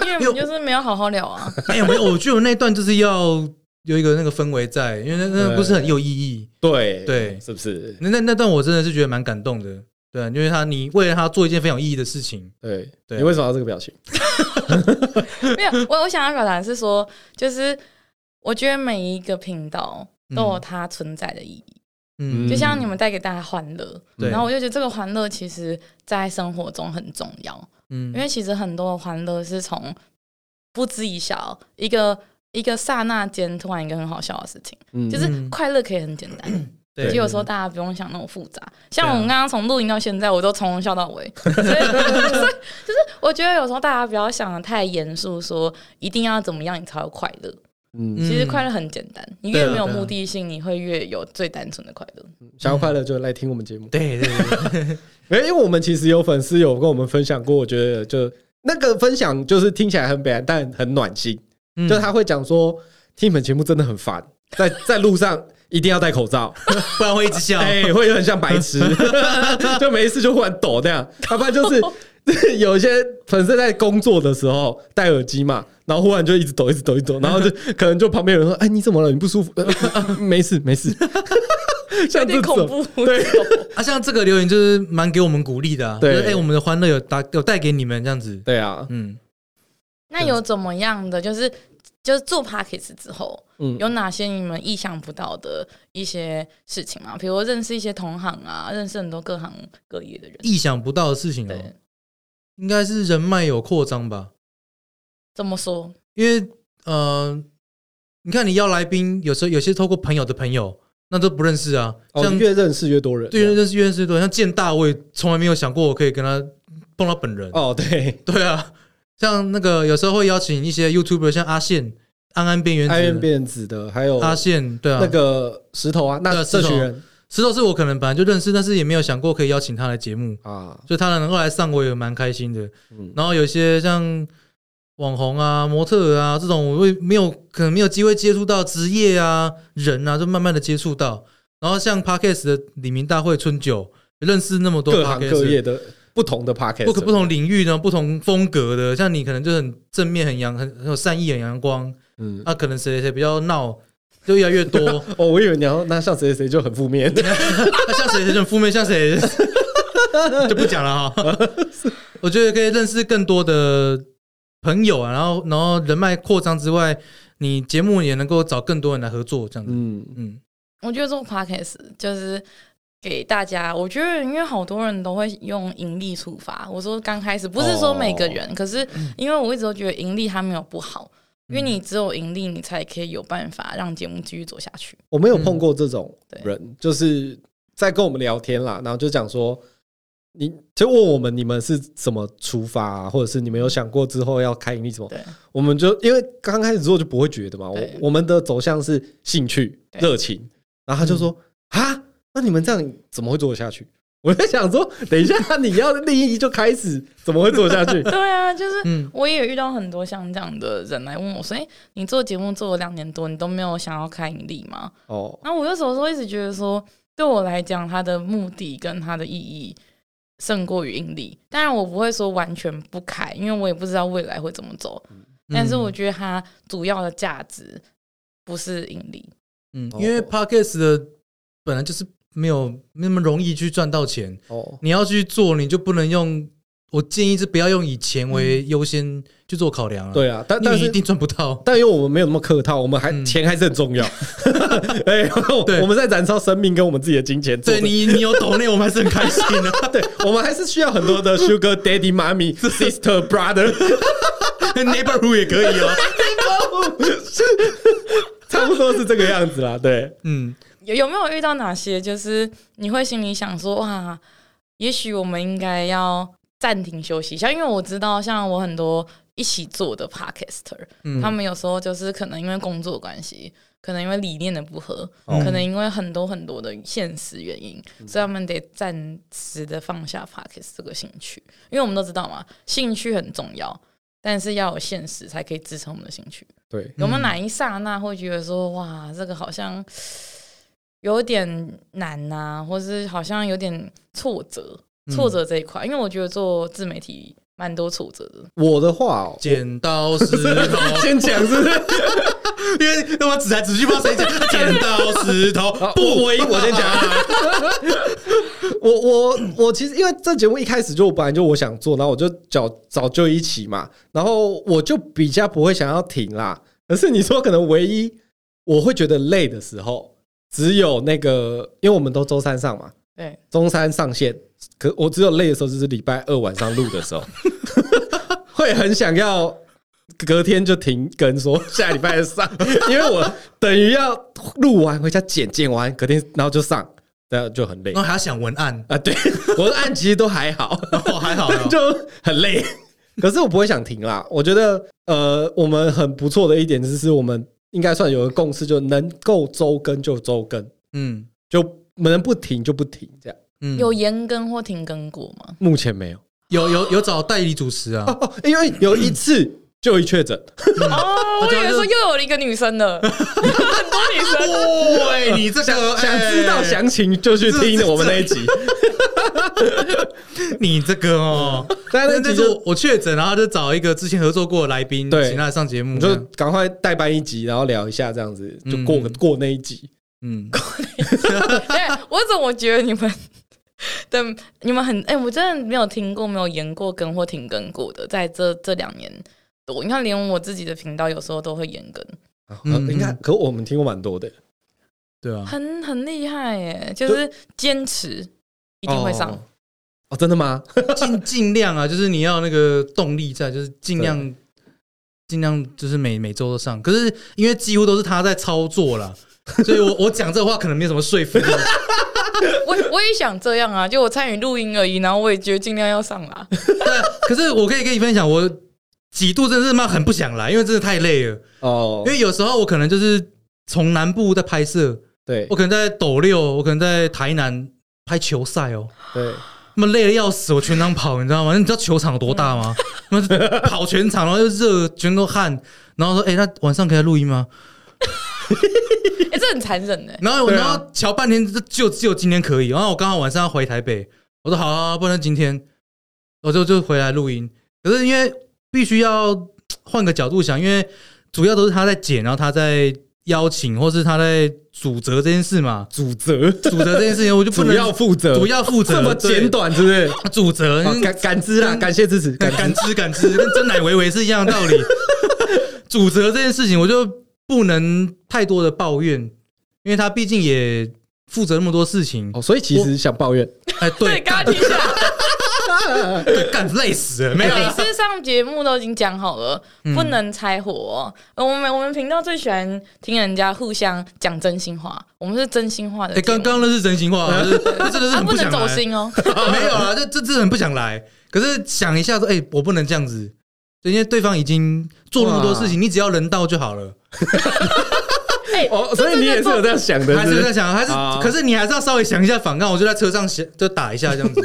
D: 因为我们就是没有好好聊啊。
C: 没有没哎有，我觉得我那段就是要有一个那个氛围在，因为那那
B: 对
C: 那不是很有意义。
B: 对
C: 对
B: 是不是？
C: 那那那段我真的是觉得蛮感动的，对啊，因为他你为了他做一件非常有意义的事情，
B: 对，
C: 对
B: 你为什么要这个表情？
D: 没有，我我想要表达的是说，就是我觉得每一个频道都有它存在的意义。
C: 嗯
D: 就像你们带给大家欢乐，
C: 对
D: 然后我就觉得这个欢乐其实在生活中很重要，
C: 嗯
D: 因为其实很多的欢乐是从不知一笑，一个一个刹那间突然一个很好笑的事情，
B: 嗯
D: 就是
C: 嗯
D: 快乐可以很简单，
C: 对
D: 就有时候大家不用想那么复杂。像
C: 对啊
D: 我们刚刚从录音到现在，我都从头笑到尾， 所以所以就是我觉得有时候大家不要想的太严肃，说一定要怎么样你才会快乐。
B: 嗯，
C: 嗯
D: 其实快乐很简单，你
C: 对
D: 越
C: 啊
D: 没有
C: 对啊
D: 目的性，你会越有最单纯的快乐。
B: 想要快乐就来听我们节目。
C: 对对对对
B: 没有，因为我们其实有粉丝有跟我们分享过，我觉得就那个分享就是听起来很北然，但很暖心。
C: 嗯
B: 就他会讲说，听你们节目真的很烦，在在路上一定要戴口 罩，
C: 不然会一直 笑，
B: 哎、会有很像白痴，就没事就忽然抖那样。要不然就是 有一些粉丝在工作的时候戴耳机嘛，然后忽然就一直抖，一直抖，一直抖，然后就可能就旁边有人说：“哎，你怎么了？你不舒服？”呃 呃没事，没 事。像这
D: 有点恐
B: 种，
D: 怖，
B: 对
D: 这种
C: 啊，像这个留言就是蛮给我们鼓励的、啊，
B: 对
C: 就是哎、我们的欢乐有带有带给你们这样子，
B: 对啊，
C: 嗯，
D: 那有怎么样的？就是就是做 p a c k a g e 之后，
B: 嗯，
D: 有哪些你们意想不到的一些事情吗？比如认识一些同行啊，认识很多各行各业的人。
C: 意想不到的事情哦、
D: 对，
C: 应该是人脉有扩张吧，
D: 怎么说？
C: 因为呃，你看你邀来宾，有时候有些透过朋友的朋友，那都不认识啊，
B: 哦
C: 像、
B: 越认识越多人，
C: 对认识越认识越多，像建大我也从来没有想过我可以跟他碰到本人，
B: 哦，对，
C: 对啊，像那个有时候会邀请一些 YouTuber，像阿宪、安安边缘子、
B: 爱变变子的，还有
C: 阿宪，对啊，
B: 那个石头啊，那这
C: 对石头
B: 群人
C: 石头是我可能本来就认识，但是也没有想过可以邀请他来节目，
B: 啊，
C: 所以他能够来上我也蛮开心的。
B: 嗯，
C: 然后有一些像网红啊、模特儿啊这种，我也没有可能没有机会接触到职业啊、人啊，就慢慢的接触到。然后像 Parkes 的李明大会、春酒，认识那么多
B: 各行
C: Podcast
B: 各业的不同的 p o c a s
C: 不
B: t
C: 不同领域呢、不同风格的，像你可能就很正面、很阳、很很有善意、很阳光，啊
B: 嗯，
C: 那、可能谁谁比较闹，就越来越多。
B: 哦，我以为你要那像谁谁就很负面，
C: 啊他像谁谁就很负面，像谁就不讲了哈。我觉得可以认识更多的朋友啊，然后然后人脉扩张之外，你节目也能够找更多人来合作，这样 子。
B: 嗯，
C: 嗯，
D: 我觉得做 p a c k a g e 就是。给大家，我觉得因为好多人都会用盈利出发。我说刚开始不是说每个人，可是因为我一直都觉得盈利它没有不好，因为
C: 嗯
D: 你只有盈利，你才可以有办法让节目继续走下去。
B: 我没有碰过这种
D: 嗯对
B: 人，就是在跟我们聊天啦，然后就讲说。你就问我们，你们是怎么出发、啊，或者是你们有想过之后要开盈利什么？
D: 对，
B: 我们就因为刚开始做就不会觉得嘛，我
D: 对
B: 我们的走向是兴趣、
D: 对
B: 热情，然后他就说
C: 嗯
B: 啊，那你们这样怎么会做得下去？ 我在想说，等一下你要利益就开始，怎么会做得下 去？
D: 对啊，就是
C: 嗯
D: 我也遇到很多像这样的人来问我说：“哎、你做节目做了两年多，你都没有想要开盈利吗
B: 哦？”，
D: 然后我有时候一直觉得说，对我来讲，它的目的跟它的意义胜过于盈利。当然，我不会说完全不开，因为我也不知道未来会怎么走。
C: 嗯
D: 但是我觉得它主要的价值不是盈利，
B: 哦
C: 嗯，因为 podcast 的本来就是没有没那么容易去赚到钱，
B: 哦，
C: 你要去做，你就不能用我建议是不要用以钱为优先去做考量了。，
B: 对啊，但但
C: 你一
B: 是。
C: 定赚不到。
B: 但因为我们没有那么客套，我们还、钱还是很 重要。哎、我
C: 对
B: 我们在燃烧生命跟我们自己的金钱做
C: 对
B: 这个。
C: 你，你有抖内，我们还是很开心啊 的、
B: 对，我们还是需要很多的 Sugar Daddy、Mommy、Sister、Brother，
C: Neighborhood 也可以哦。
B: 差不多是这个样子啦。对，
C: 嗯，
D: 有有没有遇到哪些就是你会心里想说哇，也许我们应该要暂停休息一下，因为我知道像我很多一起做的 podcaster，、他
C: 嗯
D: 们有时候就是可能因为工作关系，可能因为理念的不合，
C: 哦
D: 可
C: 嗯
D: 能因为很多很多的现实原因，所以他们得暂时的放下 podcast 这个兴趣，因为我们都知道嘛，兴趣很重要。但是要有现实才可以支撑我们的兴趣。
B: 对，
D: 有没有哪一刹那会觉得说，哇，这个好像 有点难呐、或是好像有点挫折？挫折这一块，因为我觉得做自媒体蛮多挫折的。
B: 我的话、哦，
C: 剪刀石头，
B: 先讲是不是？
C: 因为那我指来指去，不知道谁讲。剪刀石 头
B: 好
C: 布，
B: 我我先讲。啊 我我我其实因为这节目一开始就本来就我想做，然后我就找早就一起嘛，然后我就比较不会想要停啦。可是你说可能唯一我会觉得累的时候，只有那个，因为我们都周三上嘛，
D: 对，
B: 中山上线，可我只有累的时候就是礼拜二晚上录的时候， 会很想要隔天就停更，说下礼拜再上， 因为我等于要录完回家剪，剪完隔天然后就上，那就很累
C: 然后还要想文案，
B: 啊。对， 我的案其实都还 好，
C: 哦，还好啦，
B: 就很累。可是我不会想停啦，我觉得呃，我们很不错的一点就是我们应该算有个共识，就能够周更就周更，
C: 嗯
B: 就能不停就不停这样。
C: 嗯，
D: 有延更或停更过吗？
B: 目前没有。
C: 有有有找代理主持啊，
B: 哦，因为有一次就一确诊，
D: 哦，我以为说又有一个女生的，很多女生。
C: 对，你这个
B: 想知道
C: 哎
B: 详情就去听我们那一集。
C: 你这个哦，
B: 但
C: 那
B: 是
C: 那
B: 哎那集
C: 是
B: 就
C: 我我确诊，然后就找一个之前合作过的来宾，
B: 对
C: 请他来上节目，
B: 你
C: 这
B: 就
C: 样
B: 赶快代班一集，然后聊一下这样子，就过
C: 嗯
B: 过那一集。
C: 嗯，
D: 对，我怎么觉得你们的你们很哎、我真的没有听过没有延过更或停更过的，在这这两年多，你看连我自己的频道有时候都会延更，
B: 呃
C: 嗯
B: 应该可我们听过蛮多的，
C: 对啊，
D: 很很厉害耶，就是坚持一
B: 一
D: 定会上。。
B: 哦，真的吗？
C: 尽尽量啊，就是你要那个动力在，就是尽量尽量就是每每周都上，可是因为几乎都是他在操 作啦，所以我我讲这话可能没什么说服力，
D: 我我也想这样啊，就我参与录音而已，然后我也觉得尽量要上啦。
C: 对，可是我可以跟你分享，我几度真的是妈很不想来，因为真的太累了，
B: 哦
C: 因，为有时候我可能就是从南部在拍摄，
B: 对
C: 我可能在斗六，我可能在台南拍球赛哦。
B: 对，
C: 他妈累得要死，我全场跑，你知道吗？你 知道球场有多大吗？他妈就跑全场，然后又热，全都汗，然后说：“哎、那晚上可以来录音吗
D: 哎、这很残忍哎？”、
C: 然后我、
B: 对啊
C: 然后瞧半天，就就只有今天可以。然后我刚好晚上要回台北，我说：“好、啊，不然今天我就就回来录音。”可是因为必须要换个角度想，因为主要都是他在剪，然后他在邀请，或是他在主责这件事嘛。
B: 主责
C: 主责这件事情，我就不
B: 主
C: 能
B: 要负责，
C: 主要负责
B: 这么简短，是不是？
C: 对主责，
B: 哦感感知啦，
C: 跟
B: 感谢支持，
C: 感
B: 感
C: 感知感知，跟真奶维维是一样的道理。主责这件事情，我就不能太多的抱怨，因为他毕竟也负责那么多事情。
B: 哦，所以其实想抱怨，
C: 哎，对，
D: 刚刚听起来，
C: 对干累死了，没有啊
D: 每
C: 啦。嗯
D: 次上节目都已经讲好了，不能拆火哦、呃我们我们频道最喜欢听人家互相讲真心话，我们是真心话的
C: 哎，
D: 节目。
C: 刚刚那是真心话，就是这真的是
D: 啊，
C: 很
D: 不
C: 想
D: 能走
C: 来。
D: 心哦。
C: 啊没有啊，这这真的很不想来。可是想一下说，哎，我不能这样子，因为对方已经做那么多事情，你只要人到就好了。
D: 哎、
B: 哦，所以你也是有这样想的，
C: 还
B: 是不
C: 是
B: 是
C: 在想，还是、
B: 啊
C: 可是你还是要稍微想一下反抗，我就在车上 想就打一下这样子，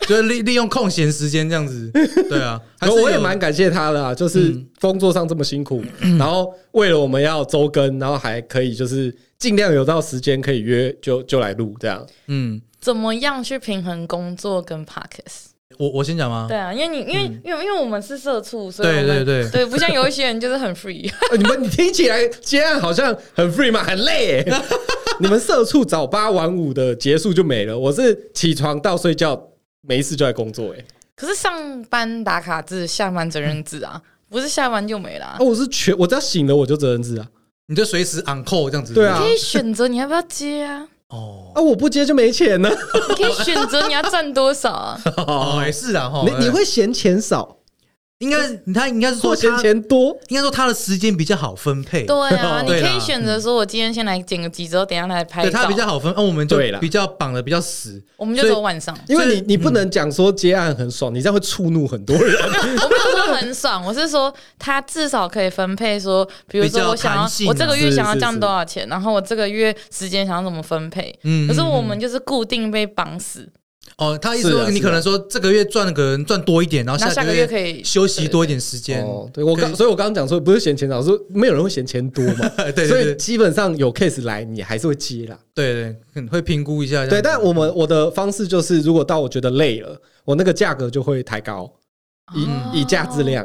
C: 就是利利用空闲时间这样子，对啊，还是
B: 我也
C: 有
B: 蛮感谢他的啊，就是
C: 嗯
B: 工作上这么辛苦，然后为了我们要周更，然后还可以就是尽量有到时间可以约就就来录这样。
C: 嗯，
D: 怎么样去平衡工作跟 podcast？
C: 我我先讲吗
D: 对？啊，因为你因为、因为因为我们是社畜，所以我
C: 哦嗯对
D: 们
C: 对对
D: 对，不像有一些人就是很 free。
B: 呃你们你听起来接案好像很 free 嘛，很累、欸。 你们社畜早八晚五的结束就没了，我是起床到睡觉没事就在工作哎、
D: 可是上班打卡制，下班责任 制啊，不是下班就没啦、
B: 啊，
C: 哦
B: 我是全，我只要醒了我就责任制啊，
C: 你就随时 on call 这样子。
B: 对啊
D: 可以选择你要不要接啊，
C: 哦，
B: 啊，我不接就没钱呢、
D: 你可以选择你要赚多少啊。
C: 哦，也是啊，哈，
B: 你你会嫌钱少
C: 应该他应该是
B: 或
C: 说
B: 嫌
C: 他
B: 钱多？
C: 应该说他的时间比较好分配，哦
D: 对啊，你
C: 对
D: 可
C: 啦
D: 以选择说，我今天先来剪个辑，之后等一下来拍
C: 对
D: 照
C: 他，比较好分，哦，我们就
B: 对啦
C: 比较绑的比较死，
D: 我们就
C: 所以
D: 走晚上。
B: 因
C: 所
B: 为
C: 以
B: 你你不能讲说接案很爽，你这样会触怒很多人。
D: 我没有说 很爽，我是说他至少可以分配说，比如
C: 比较
D: 说我想要
C: 弹性啊
D: 我这个月
B: 是
D: 想要
B: 是
D: 降
B: 是
D: 多少钱，然后我这个月时间想要怎么分配。
C: 嗯
D: 可是我们就是固定被绑死，
C: 哦，他意思
B: 是啊
C: 说你
B: 是啊
C: 可能说这个月赚可能赚多一点，然
D: 然
C: 后
D: 后下
C: 下
D: 个
C: 个
D: 月可以
C: 休息多一点时间，
B: 哦，对我刚，
C: 对
B: 所以我刚刚讲说不是嫌钱少，是没有人会嫌钱多嘛。
C: 对对
B: 所以
C: 对
B: 基本上有 case 来，你还是会接啦。
C: 对对，嗯会评估一下这样子。
B: 对，但我们我的方式就是，如果到我觉得累了，我那个价格就会抬高，以、
D: 哦
B: 以价质量。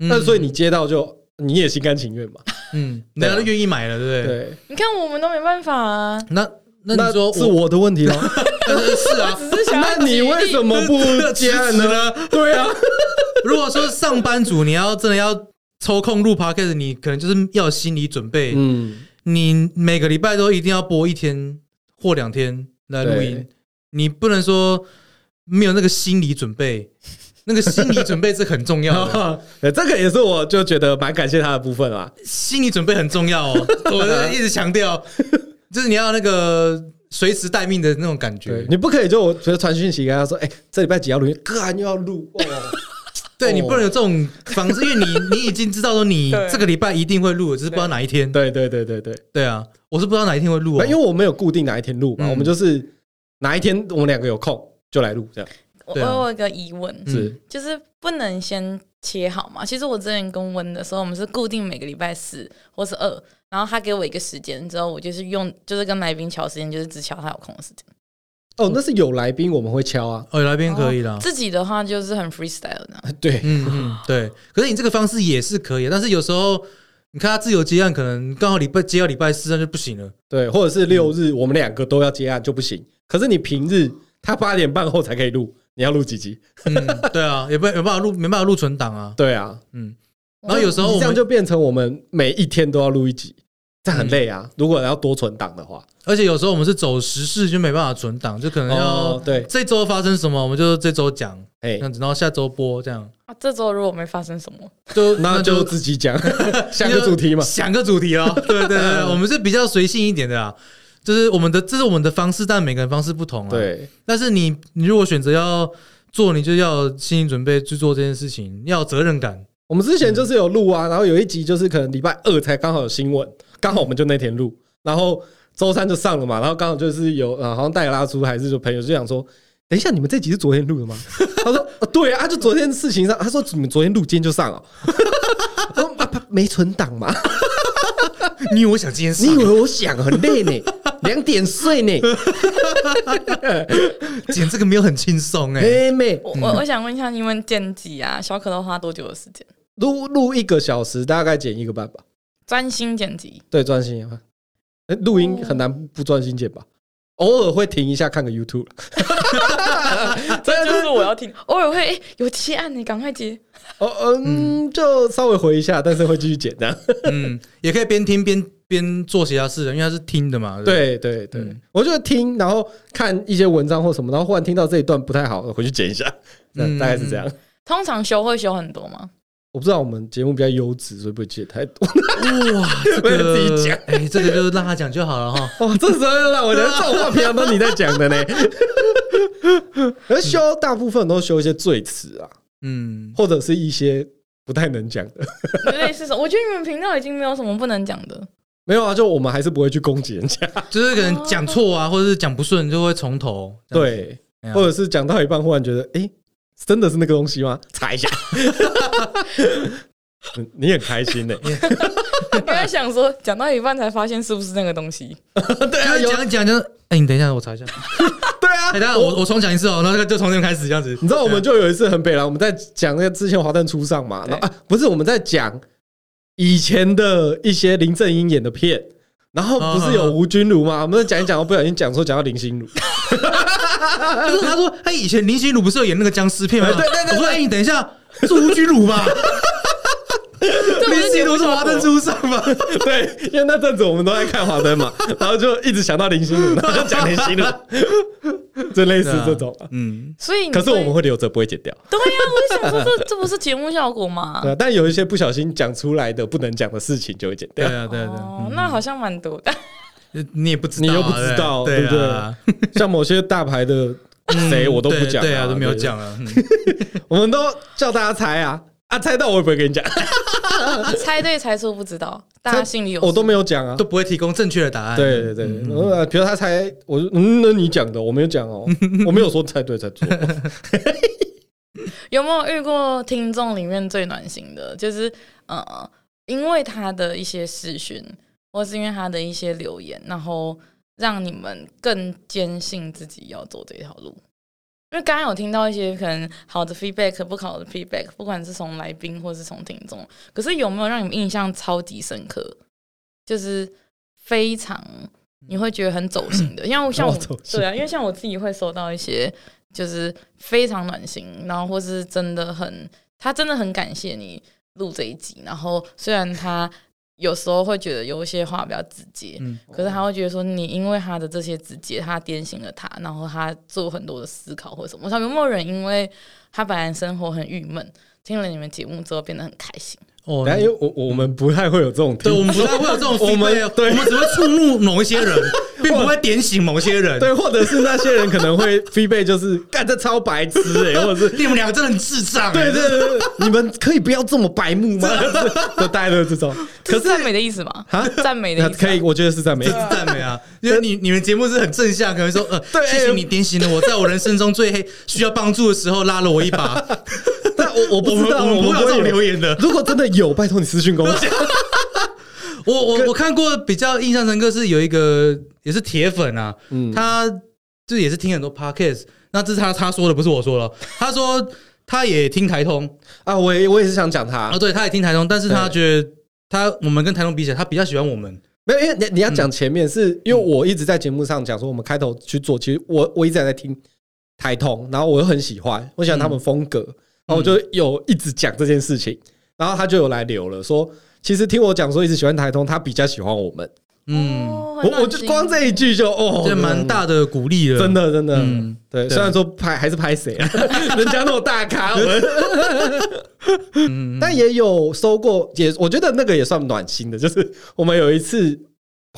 C: 嗯
B: 那所以你接到就你也心甘情愿嘛？
C: 嗯，
B: 对
C: 人
B: 啊
C: 家都愿意买了，对不对？
B: 对，
D: 你看我们都没办法啊。
C: 那那你说
B: 是我的问题喽？
C: 呃 是啊，
D: 只是想要
B: 那你
D: 举例
B: 为什么 不接案
C: 辞
B: 呢？
C: 职呢？
B: 对 啊，
C: 如果说上班族你要真的要抽空录 podcast，你可能就是要有心理准备，
B: 嗯，
C: 你每个礼拜都一定要播一天或两天来录音
B: 对，
C: 你不能说没有那个心理 准备，那个心理准备是很重要的，
B: 对，这个也是我就觉得蛮感谢他的部分啦。
C: 心理准备很重 要哦，我一直强调，就是你要那个随时待命的那种感
B: 对
C: 觉，
B: 你不可以就我觉得传讯息跟他说，哎、这礼拜几要录音，哥又要录哦，
C: 对你
B: 哦
C: 不能有这种方式，因为你 你已经知道说你
D: 对
C: 这个礼拜一定会录，只是不知道哪一天。
B: 对对对对对，
C: 对啊，我是不知道哪一天会录哦，
B: 因为我们有固定哪一天录嘛，
C: 嗯
B: 我们就是哪一天我们两个有空就来录这样。
D: 我
C: 对啊
D: 我有一个疑问，
C: 嗯
B: 是
D: 就是不能先切好嘛？其实我之前跟温的时候，我们是固定每个礼拜四或是二，然后他给我一个时间之后，我就是用就是跟来宾调时间，就是只调他有空的时间。
C: 嗯
B: 哦，那是有来宾我们会敲啊，
C: 哦，来宾可以啦。
D: 自己的话就是很 freestyle 的，
B: 对，
C: 嗯嗯，对。可是你这个方式也是可以的，但是有时候你看他自由接案，可能刚好礼拜接到礼拜四，那就不行了。
B: 对，或者是六日我们两个都要接案就不行，可是你平日他八点半后才可以录，你要录几集？
C: 嗯，对啊，也不没办法录，没办法录存档啊。
B: 对啊，
C: 嗯，然后有时候
B: 你
C: 我
B: 这样
C: 们，
B: 就变成我们每一天都要录一集，这样很累
C: 嗯
B: 啊。如果要多存档的话，
C: 而且有时候我们是走时事，就没办法存档，就可能要
B: 哦，对，
C: 这周发生什么，我们就这周讲
B: 哎
C: 这，样子，然后下周播这样。
D: 啊，这周如果没发生什么，
C: 就
B: 那就自己 讲下个主题嘛。
C: 想个主 题哦。对对对，我们是比较随性一点的啦，就是我们的这是我们的方式，但每个人方式不同啊。，
B: 对，
C: 但是你你如果选择要做，你就要有心理准备去做这件事情，要有责任感。
B: 我们之前就是有录啊，然后有一集就是可能礼拜二才刚好有新闻，刚好我们就那天录，然后周三就上了嘛，然后刚好就是有呃，好像戴拉叔还是就朋友就想说。等一下，你们这集是昨天录的吗？ 他说：“啊对啊，就昨天事情上。”他说：“你们昨天录，今天就上哦。” 我说：“啊，没存档嘛。”
C: 你以为我想这件事
B: 你以为我想很累呢？两点睡呢？
C: 剪这个没有很轻松哎，
B: 哎妹，
D: 我我我想问一下，你们剪辑啊，小可都花多久的时间？
B: 录录一个小时，大概剪一个半吧。
D: 专心剪辑，
B: 对，专心啊！哎录音很难不专心剪吧？偶尔会停一下看个 YouTube。啊
D: 这就是我要听。偶尔会、诶有切案，你赶快接。
B: 哦嗯，就稍微回一下，但是会继续剪的。
C: 嗯，也可以边听边边做其他事的，因为它是听的嘛。不，
B: 对对对
C: 嗯，
B: 我就听，然后看一些文章或什么，然后忽然听到这一段不太好，回去剪一下。嗯，
C: 嗯
B: 大概是这样。
D: 通常修会修很 多吗？
B: 我不知道我们节目比较优质，所以不会剪太多。
C: 哇， 这
B: 为了
C: 个
B: 自己讲
C: 哎，这个就让他讲就好了哈。
B: 哇，这时候又让我觉得这种话平常都你在讲 的呢。而修大部分都修一些罪词啊，
C: 嗯，
B: 或者是一些不太能讲的。
D: 类似什么？我觉得你们频道已经没有什么不能讲 的。
B: 没有啊，就我们还是不会去攻击人家，
C: 就是可能讲错啊，或者是讲不顺，就会从头。这样子，
B: 对，
C: 哎呀
B: 或者是讲到一半忽然觉得，哎、真的是那个东西吗？查一下。 嗯你很开心呢、
D: 刚才想说，讲到一半才发现是不是那个东西。
B: 对啊，
C: 就是
B: 有
C: 讲一讲就，哎，你等一下，我查一下。
B: 对啊
C: 哎，，等一下我我重讲一次哦，然后就就从这边开始这样子。
B: 你知道我们就有一次很北了，我们在讲那个之前华灯初上嘛，然后啊不是我们在讲以前的一些林正英演的 片，然后不是有吴君如嘛，我们在讲一讲，不小心讲错讲到林心如，
C: 就是他说，哎他以前林心如不是有演那个僵尸片吗？
B: 哎对对对
C: 我说，哎，你等一下，是吴君如吧？林心如是华灯初上吧？
B: 对，因为那阵子我们都在看华灯 嘛，然后就一直想到林心如，然后就讲林心如， 就类似这种啊。
C: 嗯，
D: 所以你
B: 可是我
D: 会
B: 们会留着，不会剪掉。
D: 对呀、我就想说 这这不是节目效果吗？
B: 对啊，但有一些不小心讲出来的不能讲的事情就会剪
C: 对
B: 掉。
C: 啊，对啊，对啊，
D: 哦，那好像蛮多 的。
C: 你也不知道啊，
B: 你又不知道，
C: 对
B: 不对
C: 啊？？
B: 像某些大牌的谁我都不讲，
C: 对对啊，都没有
B: 对，
C: 讲啊。嗯
B: 我们都叫大家猜啊啊，猜到我也不会跟你讲，
D: 猜对猜错不知道，大家心里有数
B: 我都没有讲啊
C: 都。不会提供正确的答案。
B: 对对对，
C: 嗯
B: 然后啊比如他猜，我说嗯，那你讲的我没有讲 哦，我没有说猜对猜错，
D: 有没有遇过听众里面最暖心的？就是呃，因为他的一些视讯，或是因为他的一些留言，然后让你们更坚信自己要走这条路。因为刚刚有听到一些可能好的 feedback、不好的 feedback，不管是从来宾或是从听众，可是有没有让你们印象超级深刻？就是非常你会觉得很走心的，因 为像我
B: 嗯走心
D: 对啊，因为像我自己会收到一些就是非常暖心，然后或是真的很他真的很感谢你录这一集，然后虽然他有时候会觉得有一些话比较直接，
C: 嗯
D: 可是他会觉得说，你因为他的这些直接，他点醒了他，然后他做很多的思考或什么。我想有没有人因为他本来生活很郁闷，听了你们节目之后变得很开心？
C: 哦
B: 然后因为我我们不太会有这种
C: 对，我
B: 听，
C: 们不太会有这种
B: 我们
C: feedback，
B: 对
C: 我们只会触怒某一些人，并不会点醒某些人。
B: 对，或者是那些人可能会 feedback 就是干这超白痴 哎，或者是
C: 你们两个真的很智障。欸
B: 对对对，对你们可以不要这么白目 吗？就大家都是这种，可
D: 这
B: 是
D: 赞美的意思吗？赞美的
B: 那
D: 意思啊
B: 可以，我觉得是赞美
C: 这。是赞美啊！因为你你们节目是很正向，可能说呃，
B: 对哎
C: 谢谢你点醒了我，在我人生中最黑 需要帮助的时候拉了我一把。
B: 但我我不知道，
C: 我们我们不会有这种
B: 有
C: 留言的
B: 如果真的有，拜托你私信 跟我讲。
C: 我我我看过比较印象深刻是有一个也是铁粉啊，
B: 嗯
C: 他就也是听很多 podcast，那这是他他说的，不是我说的。他说他也听台通，
B: 啊，我也我也是想讲他
C: 啊，，对，他也听台中，但是他
B: 对
C: 觉得他我们跟台中比起来，他比较喜欢我们。
B: 没有，因为你你要讲前面，是因为我一直在节目上讲说，我们开头去做，其实我我一直在听台通，然后我又很喜欢，我喜欢他们风格，然后我
C: 嗯
B: 就有一直讲这件事情，然后他就有来留了，说其实听我讲说一直喜欢台通，他比较喜欢我们，
C: 嗯，
D: 哦很
B: 我我
D: 暖
B: 就
D: 心
B: 光这一句就哦，
C: 这蛮大的鼓励了，
B: 真。的真的，
C: 嗯
B: 对，
C: 对
B: 虽然说拍还是拍谁啊， 人家那种大
D: 啊嗯
B: 咖，我们
C: 嗯，
B: 但也有收过，也我觉得那个也算暖心的，就是我们有一次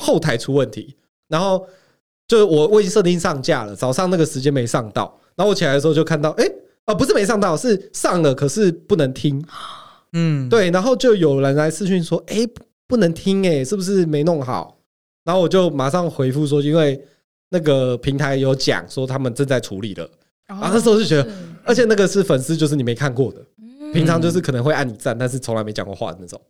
B: 后台出问题，然后就是我我已经设定上架了，早上那个时间没上到，然后我起来的时候就看到，哎、啊，不是没上到，是上了，可是不能听。
C: 嗯，
B: 对，然后就有人来私讯说，哎、不能听、哎，是不是没弄好？然后我就马上回复说，因为那个平台有讲说他们正在处理了，
D: 然
B: 然后那时候就觉
C: 哦
B: 得，而且那个是粉丝，就是你没看过的，平
D: 嗯
B: 常就是可能会按你赞，但是从来没讲过话的那种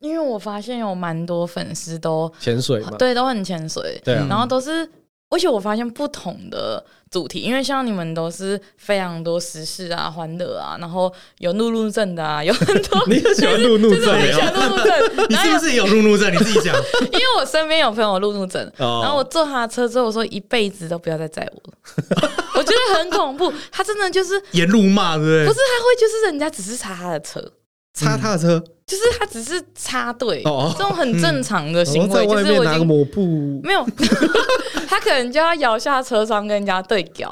D: 因为我发现有蛮多粉丝都
B: 潜水嘛。
D: 哦对都嗯很潜水，
B: 对啊，。
D: 然后都是，而且我发现不同的主题，因为像你们都是非常多时事啊、欢乐啊，然后有怒怒症的啊，有很多
B: 你很喜欢路怒
D: 就是
B: 症
D: 我很喜欢路怒 症，
C: 你
D: 然后
C: 是
D: 有
C: 不是也有路怒症？你自己讲。
D: 因为我身边有朋友有路怒症，
B: 哦
D: 然后我坐他的车之后，我说一辈子都不要再载我了， 我觉得很恐怖。他真的就是不
C: 沿路骂，对不
D: 是他会就是人家只是擦他的车，
B: 擦他的车，
D: 就是他只是插队，
B: 哦
D: 这种很正常的
B: 然
D: 嗯行
B: 后在
D: 为，就
B: 外
D: 是
B: 面
D: 我已
B: 拿个
D: 经
B: 抹布，
D: 没有， 他可能就要摇下车窗跟人家对屌。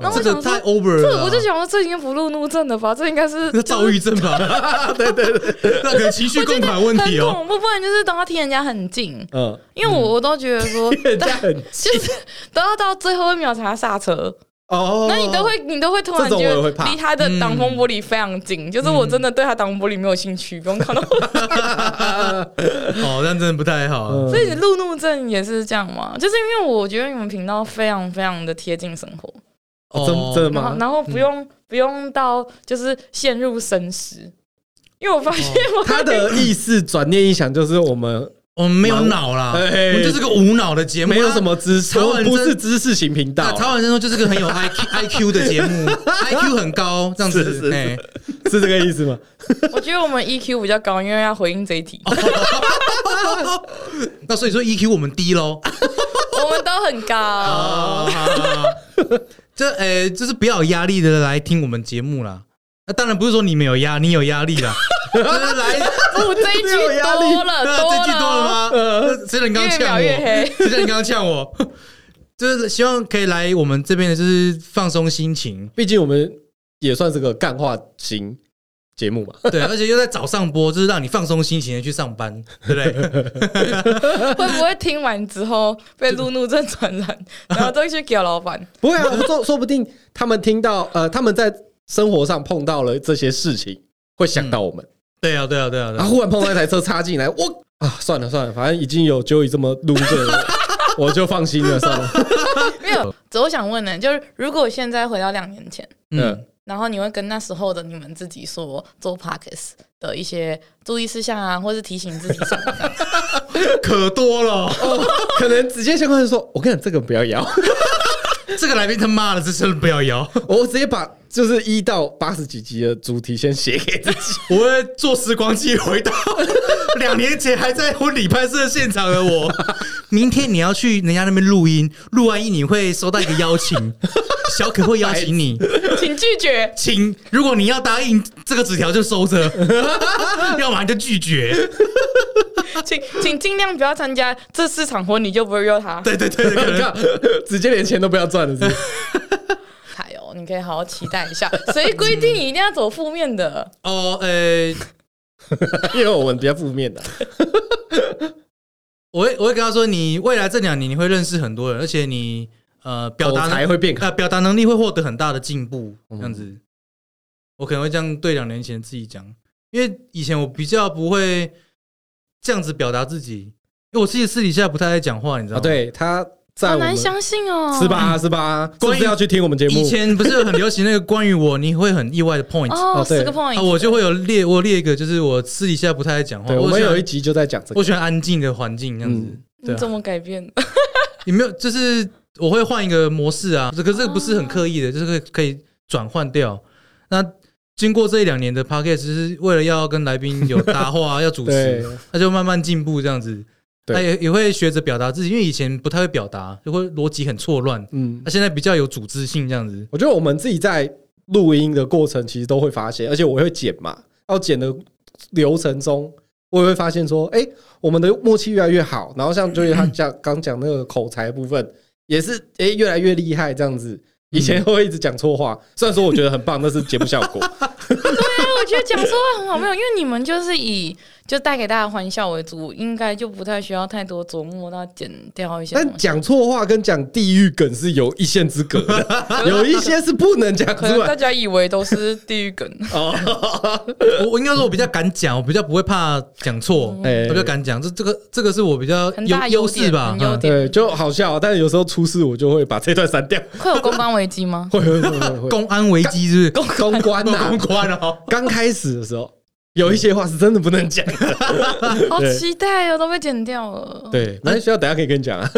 D: 然
C: 对？哦
D: 后我
C: 这个
D: 想说
C: 太，over
D: 这
C: 了啊，
D: 我就想说，这应该不路怒症的吧？这应该是
C: 这躁郁症吧？ 对对对，那可能情绪共感问
D: 很
C: 题哦。
D: 恐怖，不然就是等他贴人家很近，
B: 嗯，
D: 因为我我都觉得说，
B: 人家 很
D: 就是都要到最后一秒才要刹车，
B: 哦，
D: 那你 都会你都会突然
B: 这种
D: 觉
B: 我也会
D: 得
B: 怕
D: 离他的挡风玻璃非常近，就是我真的对他挡风玻璃没有兴趣， 不用看到我。嗯
C: 哦，但真的不太好啊。
B: 嗯
D: 所以路怒症也是这样吗？就是因为我觉得你们频道非常非常的贴近生活，
B: 哦真真的
D: 然后
B: 吗？
D: 然后不用、不用到就是陷入深思，因为我发现我、
B: 哦他的意识转念一想，就是我们
C: 我们没有脑啦，我
B: 哎哎
C: 们就是个无脑的节目，
B: 没有什么知识，
C: 曹
B: 我们
C: 婉
B: 不
C: 珍
B: 是知识型频
C: 那。
B: 道
C: 那，曹婉生说就是个很有 I Q I Q 的节目，I Q 很高，这样
B: 是是
C: 子。
B: 是
C: 哎，
B: 是这个意思 吗？
D: 我觉得我们 EQ 比较高，因为要回应这一题，
C: 那
B: 哦
C: 所以说 EQ 我们低喽。
D: 我们都很高。
C: 啊， 这诶、就是不要有压力的来听我们节目啦。那当然不是说你们有压，你有压力啦，就是来
D: 不，这一句
B: 没有压力
D: 多了，
C: 对啊，这句多了
D: 哦？
C: 吗？呃，虽然你刚刚
D: 越
C: 呛
D: 描越
C: 我，
D: 黑。
C: 虽然你刚刚呛我，就是希望可以来我们这边的，就是放松心情。
B: 毕竟我们也算是个干话型节 目嘛。
C: 对，而且又在早上播，就是让你放松心情的去上班，对不对？
D: 会不会听完之后被路怒症传 染，然后再去给老板？
B: 不会啊，说说不定他们听到呃，他们在生活上碰到了这些事情，会想到我们，
C: 对啊，对啊，对啊，对
B: 然
C: 啊
B: 后。忽然碰到一台车插进来，我啊，算了算了，反正已经有 Joey 这么 loser 了，我就放心了，算了。
D: 没有，只我想问呢，就是如果现在回到两年前，
C: 嗯，
D: 然后你会跟那时候的你们自己说做 podcast 的一些注意事项啊，或是提醒自己什么 的？
C: 可多了。
B: 哦，可能直接相关人说，我跟你讲，这个不要摇，
C: 这个来宾他妈的，这真的不要摇！
B: 我直接把就是一到八十几集的主题先写给自己。
C: 我会坐时光机回到 两年前还在婚礼拍摄现场的我。明天你要去人家那边录音，录完音你会收到一个邀请，小可会邀请你，
D: 请拒绝。
C: 请如果你要答应这个纸条就收着， 要么你就拒绝。
D: 请请尽量不要参加这四场婚礼，就不会约他。
C: 对对对，对 可能
B: 看，直接连钱都不要赚了是不是，
D: 哎呦，你可以好好期待一下。谁规定你一定要走负面的？
C: 哦，呃，
B: 因为我们比较负面的。
C: 我会我会跟他说，你未来这两年你会认识很多人，而且你呃表达
B: 口
C: 能
B: 才会变好嗯
C: 呃表达能力会获得很大的进步，这样子，我可能会这样对两年前自己讲，因为以前我比较不会这样子表达自己，因为我自己私底下不太爱讲话，你知
B: 啊，
C: 道吗？，
B: 对，他在
D: 好
B: 我们啊
D: 难相信哦。
B: 是？吧是吧，是不
C: 关于
B: 是要去听我们节目
C: 以？前不是很流行那个关于我你会很意外的 point，、
D: 哦，
B: 哦对
D: 四个
C: 啊，
D: point。
C: 我就会有列我有列一个，就是我私底下不太爱讲话，
B: 对，我
C: 喜
B: 们
C: 欢
B: 有一集就在讲这个
C: 我。喜欢安静的环境这样子，
B: 嗯
C: 对
D: 你
C: 啊
D: 怎么改变？
C: 你没有，就是我会换一个模式啊，这个这个不是很刻意的，就是可以可以转换掉。那经过这一两年的 p o c a s t 是为了要跟来宾有 搭话，要主
B: 对
C: 持，那就慢慢进步这样子。
B: 对
C: 那也也会学着表达自己，因为以前不太会表达，就会逻辑很错乱。
B: 嗯，
C: 那现在比较有组织性这样子。
B: 我觉得我们自己在录音的过程，其实都会发现，而且我会剪嘛，然后剪的流程中，我也会发现说，哎、我们的默契越来越好。然后像就是他讲刚讲那个口才的部分，也 是哎、诶越来越厉害这样子。以前会一直讲错话，虽然说我觉得很棒，那是节目效 果。
D: 我觉得讲说话很好，没有，因为你们就是以就带给大家欢笑为主，应该就不太需要太多琢磨到剪掉一些
B: 但
D: 东西。
B: 讲错话跟讲地狱梗是有一线之隔的，有一些是不能讲出
D: 可能大
B: 来。
D: 家以为都是地 狱梗，
B: 哦，
C: 我我应该说，我比较敢讲，我比较不会怕讲错，
B: 哎
C: 我比较敢讲。这这个这个是我比较
D: 很
C: 优
D: 大
C: 优
D: 优
C: 势
D: 点
C: 吧
D: 很，优
C: 嗯
D: 点
B: 对，就好笑，但是有时候出事我就会把这段删掉。
D: 会有公关危机吗？
B: 会会会会会，
C: 公安危机是不是？
B: 公啊关呐、
C: 公关哦。
B: 刚开始的时候，有一些话是真的不能讲。
D: 好期待哦，都被剪掉了。
B: 对，那需要等一下可以跟你讲啊。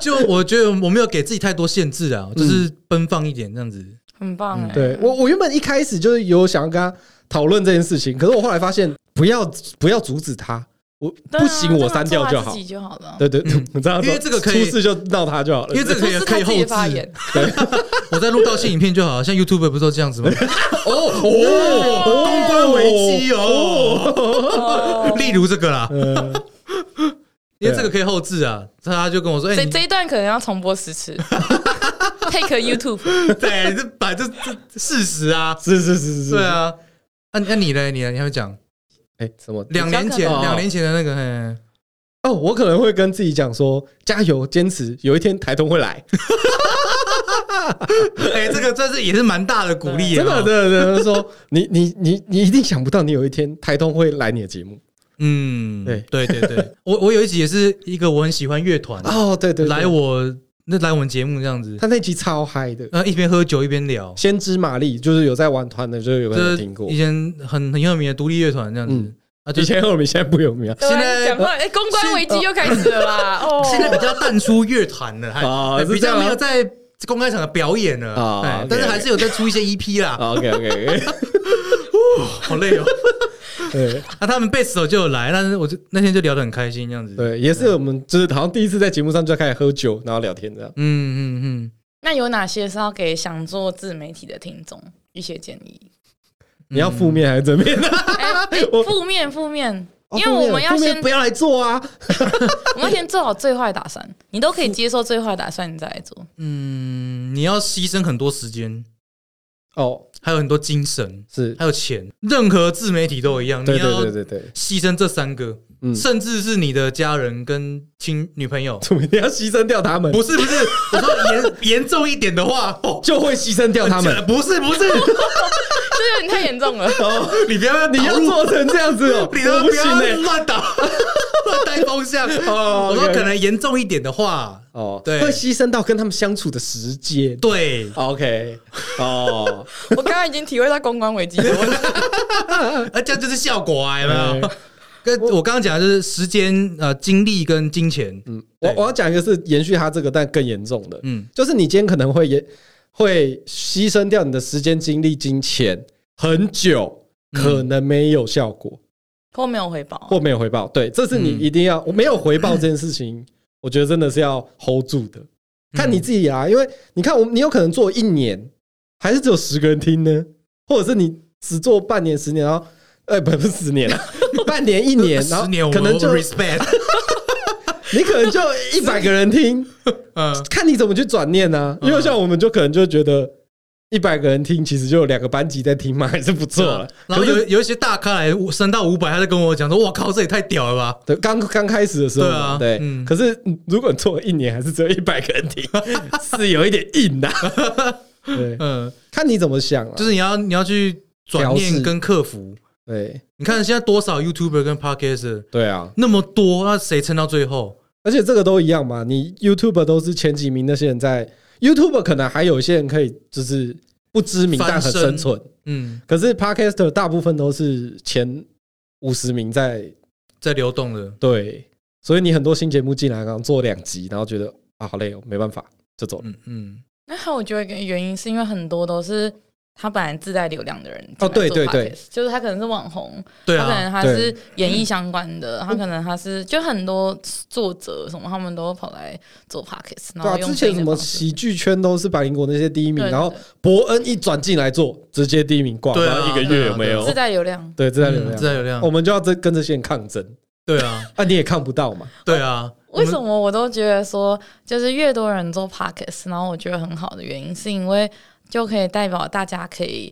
C: 就我觉得我没有给自己太多限制
B: 嗯
C: 啊，就是奔放一点这样子。
D: 很棒哎、
B: 对我，我原本一开始就是有想要跟他讨论这件事情，可是我后来发现，不要不要阻止他，我
D: 对啊
B: 不行我删掉就
D: 做他
B: 好
D: 自。己就好了。
B: 对对， 你知道
C: 因为这个可以
B: 出事就闹他就好了。
C: 因为这个
D: 不
C: 也
D: 是
C: 可
D: 他
C: 以
D: 自
C: 后
D: 己
C: 置，
D: 发言，
C: 我在录道歉影片就好，像 YouTube 不是都这样子吗？
B: 哦哦，
C: 公关危 机哦，
D: 哦
C: 例如这个啦，
B: 呃，
C: 因为这个可以后置啊，他就跟我说，哎，
D: 这
C: 你
D: 这一段可能要重播 十次。Take YouTube，
C: 对，这摆这这事实啊，
B: 是是是是是，
C: 对。啊，那那你呢？你呢？你还会讲
B: 哎，什么？
C: 两年前
B: 小可爱
C: 两年前的那个，嘿
B: 哦，我可能会跟自己讲说，加油，坚持，有一天台东会来。
C: 哎，这个这是也是蛮大的鼓励耶，
B: 真的，真的，真的说，你 你你你一定想不到，你有一天台东会来你的节目。
C: 嗯，
B: 对
C: 对对 对，我我有一集也是一个我很喜欢乐团
B: 哦，对对，对
C: 来我那来我们节目这样子，
B: 他那集超嗨的，《
C: 呃，一边喝酒一边聊，
B: 先知玛丽》就是有在玩团的，就是有没
C: 就
B: 有
C: 是
B: 听过
C: 以？前很很有名的独立乐团这样子、
B: 嗯
C: 啊，就
B: 以前有名，现在不有名啊。
D: 对
C: 现
D: 啊
C: 在
D: 你讲话，哎，公关危机又开始了啦！ 哦，
C: 现在比较淡出乐团了，还、
B: 哦
C: 还
B: 是
C: 比
B: 这样
C: 较
B: 啊
C: 没有在公开场合表演了，
B: 哦
C: 哎
B: OK，哦
C: 但是还是有在出一些 EP 啦，
B: OK OK，
C: 好累哦。
B: 对
C: 那、他们贝斯手就有来，但是我就那天就聊得很开心这样子，
B: 对，也是我们就是好像第一次在节目上就开始喝酒，然后聊天这样。
C: 嗯嗯嗯，
D: 那有哪些是要给想做自媒体的听众一些建议？
B: 你要负面还是正面？
D: 哎
B: 我
D: 负面负面，
B: 哦
D: 因为我们要
B: 负面
D: 先
B: 负面不要来做啊！
D: 我们要先做好最坏打算，你都可以接受最坏打算，你再来做。
C: 嗯，你要牺牲很多时间，
B: 哦，
C: 还有很多精神，
B: 是
C: 还有钱。任何自媒体都一样，你
B: 对对
C: 要
B: 对对对，
C: 牺牲这三个，
B: 嗯
C: 甚至是你的家人跟亲女朋友。
B: 怎么你要牺牲掉他们？
C: 不是不是，我说严严重一点的话， 哦，
B: 就会牺牲掉他 们？
C: 不是不是，
D: 这有点太严重了。
B: 哦，
C: 你不要
B: 你要
C: 导入
B: 做成这样子哦，
C: 你都
B: 我不
C: 不
B: 行
C: 要
B: 嘞！
C: 乱打 乱带风向。
B: 哦
C: 我说
B: OK，OK
C: 可能严重一点的话，
B: 哦，
C: 对
B: 会牺牲到跟他们相处的时间。
C: 对，
B: OK，哦，
D: 我刚刚已经体会到公关危机的问题。
C: 那呃这样就是效果啊，有没有
B: 哎？
C: 跟我刚刚讲的就是时间、呃，精力跟金钱。
B: 嗯，我
C: 对
B: 我要讲一个是延续他这个，但更严重的，
C: 嗯，
B: 就是你今天可能会也会牺牲掉你的时间、精力、金钱很久，
C: 嗯
B: 可能没有效果
D: 或没有回报，
B: 或没有回报。对，这是你
C: 嗯
B: 一定要，我没有回报这件事情， 我觉得真的是要 hold 住的，
C: 嗯
B: 看你自己啊，因为你看我，你有可能做一年，还是只有十个人听呢，或者是你只做半年、十年，然后。哎，不不是十年了， 半年一年，哎然后
C: 嗯十年，
B: 可能就
C: respect，
B: 你可能就一百个人听，
C: 嗯，
B: 看你怎么去转念呢、
C: 嗯
B: 因为像我们就可能就觉得一百个人听，其实就有两个班级在听嘛，还是不错了。
C: 啊然后
B: 可
C: 有
B: 是
C: 有一些大咖来五三到五百，他就跟我讲说：“哇靠，这也太屌了吧
B: 对刚刚开始的时候嘛，
C: 对
B: 对，
C: 啊嗯
B: 可是如果做一年还是只有一百个 人听，是有一点硬的、啊。！”对，
C: 嗯，
B: 看你怎么想了、啊
C: 就是你要你要去转
B: 调试
C: 念跟克服。
B: 对
C: 你看现在多少 YouTuber 跟 Podcaster
B: 对啊，
C: 那么多，那谁撑到最后？
B: 而且这个都一样嘛，你 YouTube 都是前几名那些人在 YouTube，可能还有一些人可以就是不知名
C: 翻
B: 但很
C: 身
B: 生存，
C: 嗯，
B: 可是 Podcaster 大部分都是前五十名在
C: 在流动的。
B: 对，所以你很多新节目进来，刚做两集，然后觉得啊好累哦，没办法就走了。
C: 嗯嗯，
D: 那还有我觉得一个原因是因为很多都是他本来自带流量的人进来
B: 哦对
D: 做
B: 对对
D: podcast，就是他可能是网红，
C: 对
D: 他可能
C: 啊，
D: 他是演艺相关的，他可能他是就很多作者什么，他们都跑来做 podcast，然嗯
B: 对
D: 后
B: 啊，
D: 用
B: 之前
D: 自
B: 什
D: 己的
B: 么
D: 方式
B: 喜剧圈都是百灵果那些第一名，
D: 对
B: 然后
D: 对
B: 伯恩一转进来做，直接第一名挂，
C: 对啊
B: 然后一个月有没有
D: 自？带流量，
B: 对，自然流
C: 嗯自
B: 量，
C: 带
B: 哦
C: 流量
B: 我，们就要这跟这些人抗争
C: 对啊，
B: 啊，你也看不到嘛。
C: 对啊。
D: 为什么我都觉得说，就是越多人做 podcast，然后我觉得很好的原因，是因为就可以代表大家可以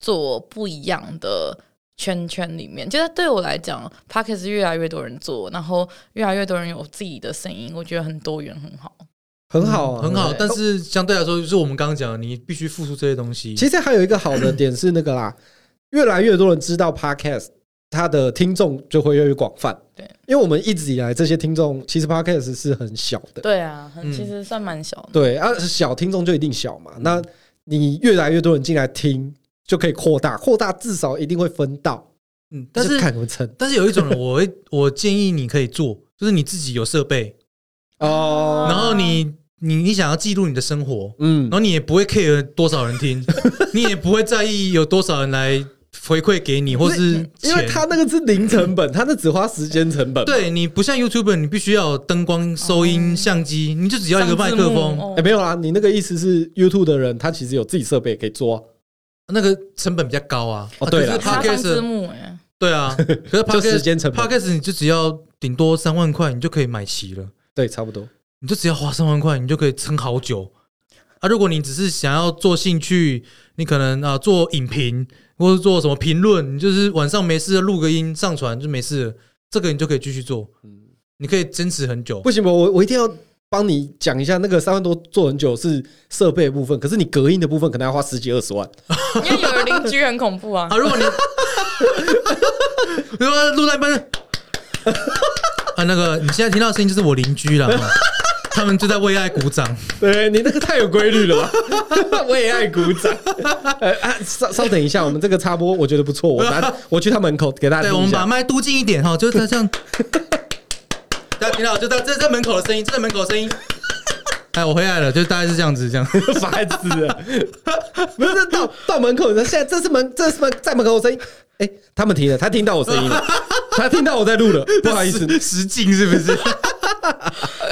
D: 做不一样的圈圈里面。就是对我来讲，podcast 越来越多人做，然后越来越多人有自己的声音，我觉得很多元，很好。
B: 很好、啊，
C: 很好，
B: 对
C: 但是相对来说，就是我们刚刚讲的，你必须付出这些东西。
B: 其实还有一个好的点是那个 啦，越来越多人知道 Podcast，它的听众就会越来越广泛。
D: 对，
B: 因为我们一直以来这些听众其实 Podcast 是很小的，
D: 对啊，
C: 嗯
D: 很其实算蛮小的。
B: 对啊，小听众就一定小嘛。那你越来越多人进来听，就可以扩大，扩大至少一定会分到。
C: 嗯，但
B: 就是看我们撑
C: 但是有一种人，我会我建议你可以做，就是你自己有设备，
B: 哦。
C: 然后你你你想要记录你的生活，
B: 嗯
C: 然，后你也不会 care 多少 人听，你也不会在意有多少人来回馈给你，或是
B: 因为
C: 钱
B: 他那个是零成本，他那只花时间成本。，
C: 对你不像 YouTuber，你必须要有灯光、收音、相机，你就只要一个麦克
D: 上字
C: 风，
D: 哦幕，
B: 哎，
D: 哦
B: 没有啦，你那个意思是 YouTube 的人，他其实有自己设备可以做啊。
C: 那个成本比较高啊。
B: 哦对啦
C: 啊可
D: 还要上
C: 是
D: 字
C: Podcast
D: 幕哎，
C: 对 啊，可是 Podcast
B: 时间成本
C: Podcast 你就只要顶多三万块，你就可以买齐了。
B: 对，差不多。
C: 你就只要花三万块，你就可以撑好久。啊，如果你只是想要做兴趣，你可能啊做影评或者做什么评论，你就是晚上没事录个音上传就没事了，这个你就可以继续做，
B: 嗯，
C: 你可以坚持很久
B: 不。行，我我一定要帮你讲一下，那个三万多做很久是设备的部分，可是你隔音的部分可能要花十几二十万。
D: 因为有的邻居很恐怖啊
C: 啊，。如果你如果录到一半，啊，那个你现在听到的声音就是我邻居了，哈他们就在为爱鼓掌。
B: 对你那个太有规律了吧？我也爱鼓 掌。呃啊，稍稍等一下，我们这个插播我觉得不错，我拿 我去他门口给大家
C: 对，我
B: 听一
C: 们 把
B: 下。
C: 麦嘟近一点哈，就是他这样，大家听到就在这在门口的声音，就在门口的声音。哎，我回来了，就大概是这样子，这样。
B: 烦死了！不是到到门口，现在这是门，这是门在门口的声音。哎、 他们停了，他听到我声音了，他听到我在录了，不好意思，
C: 失失敬是不是？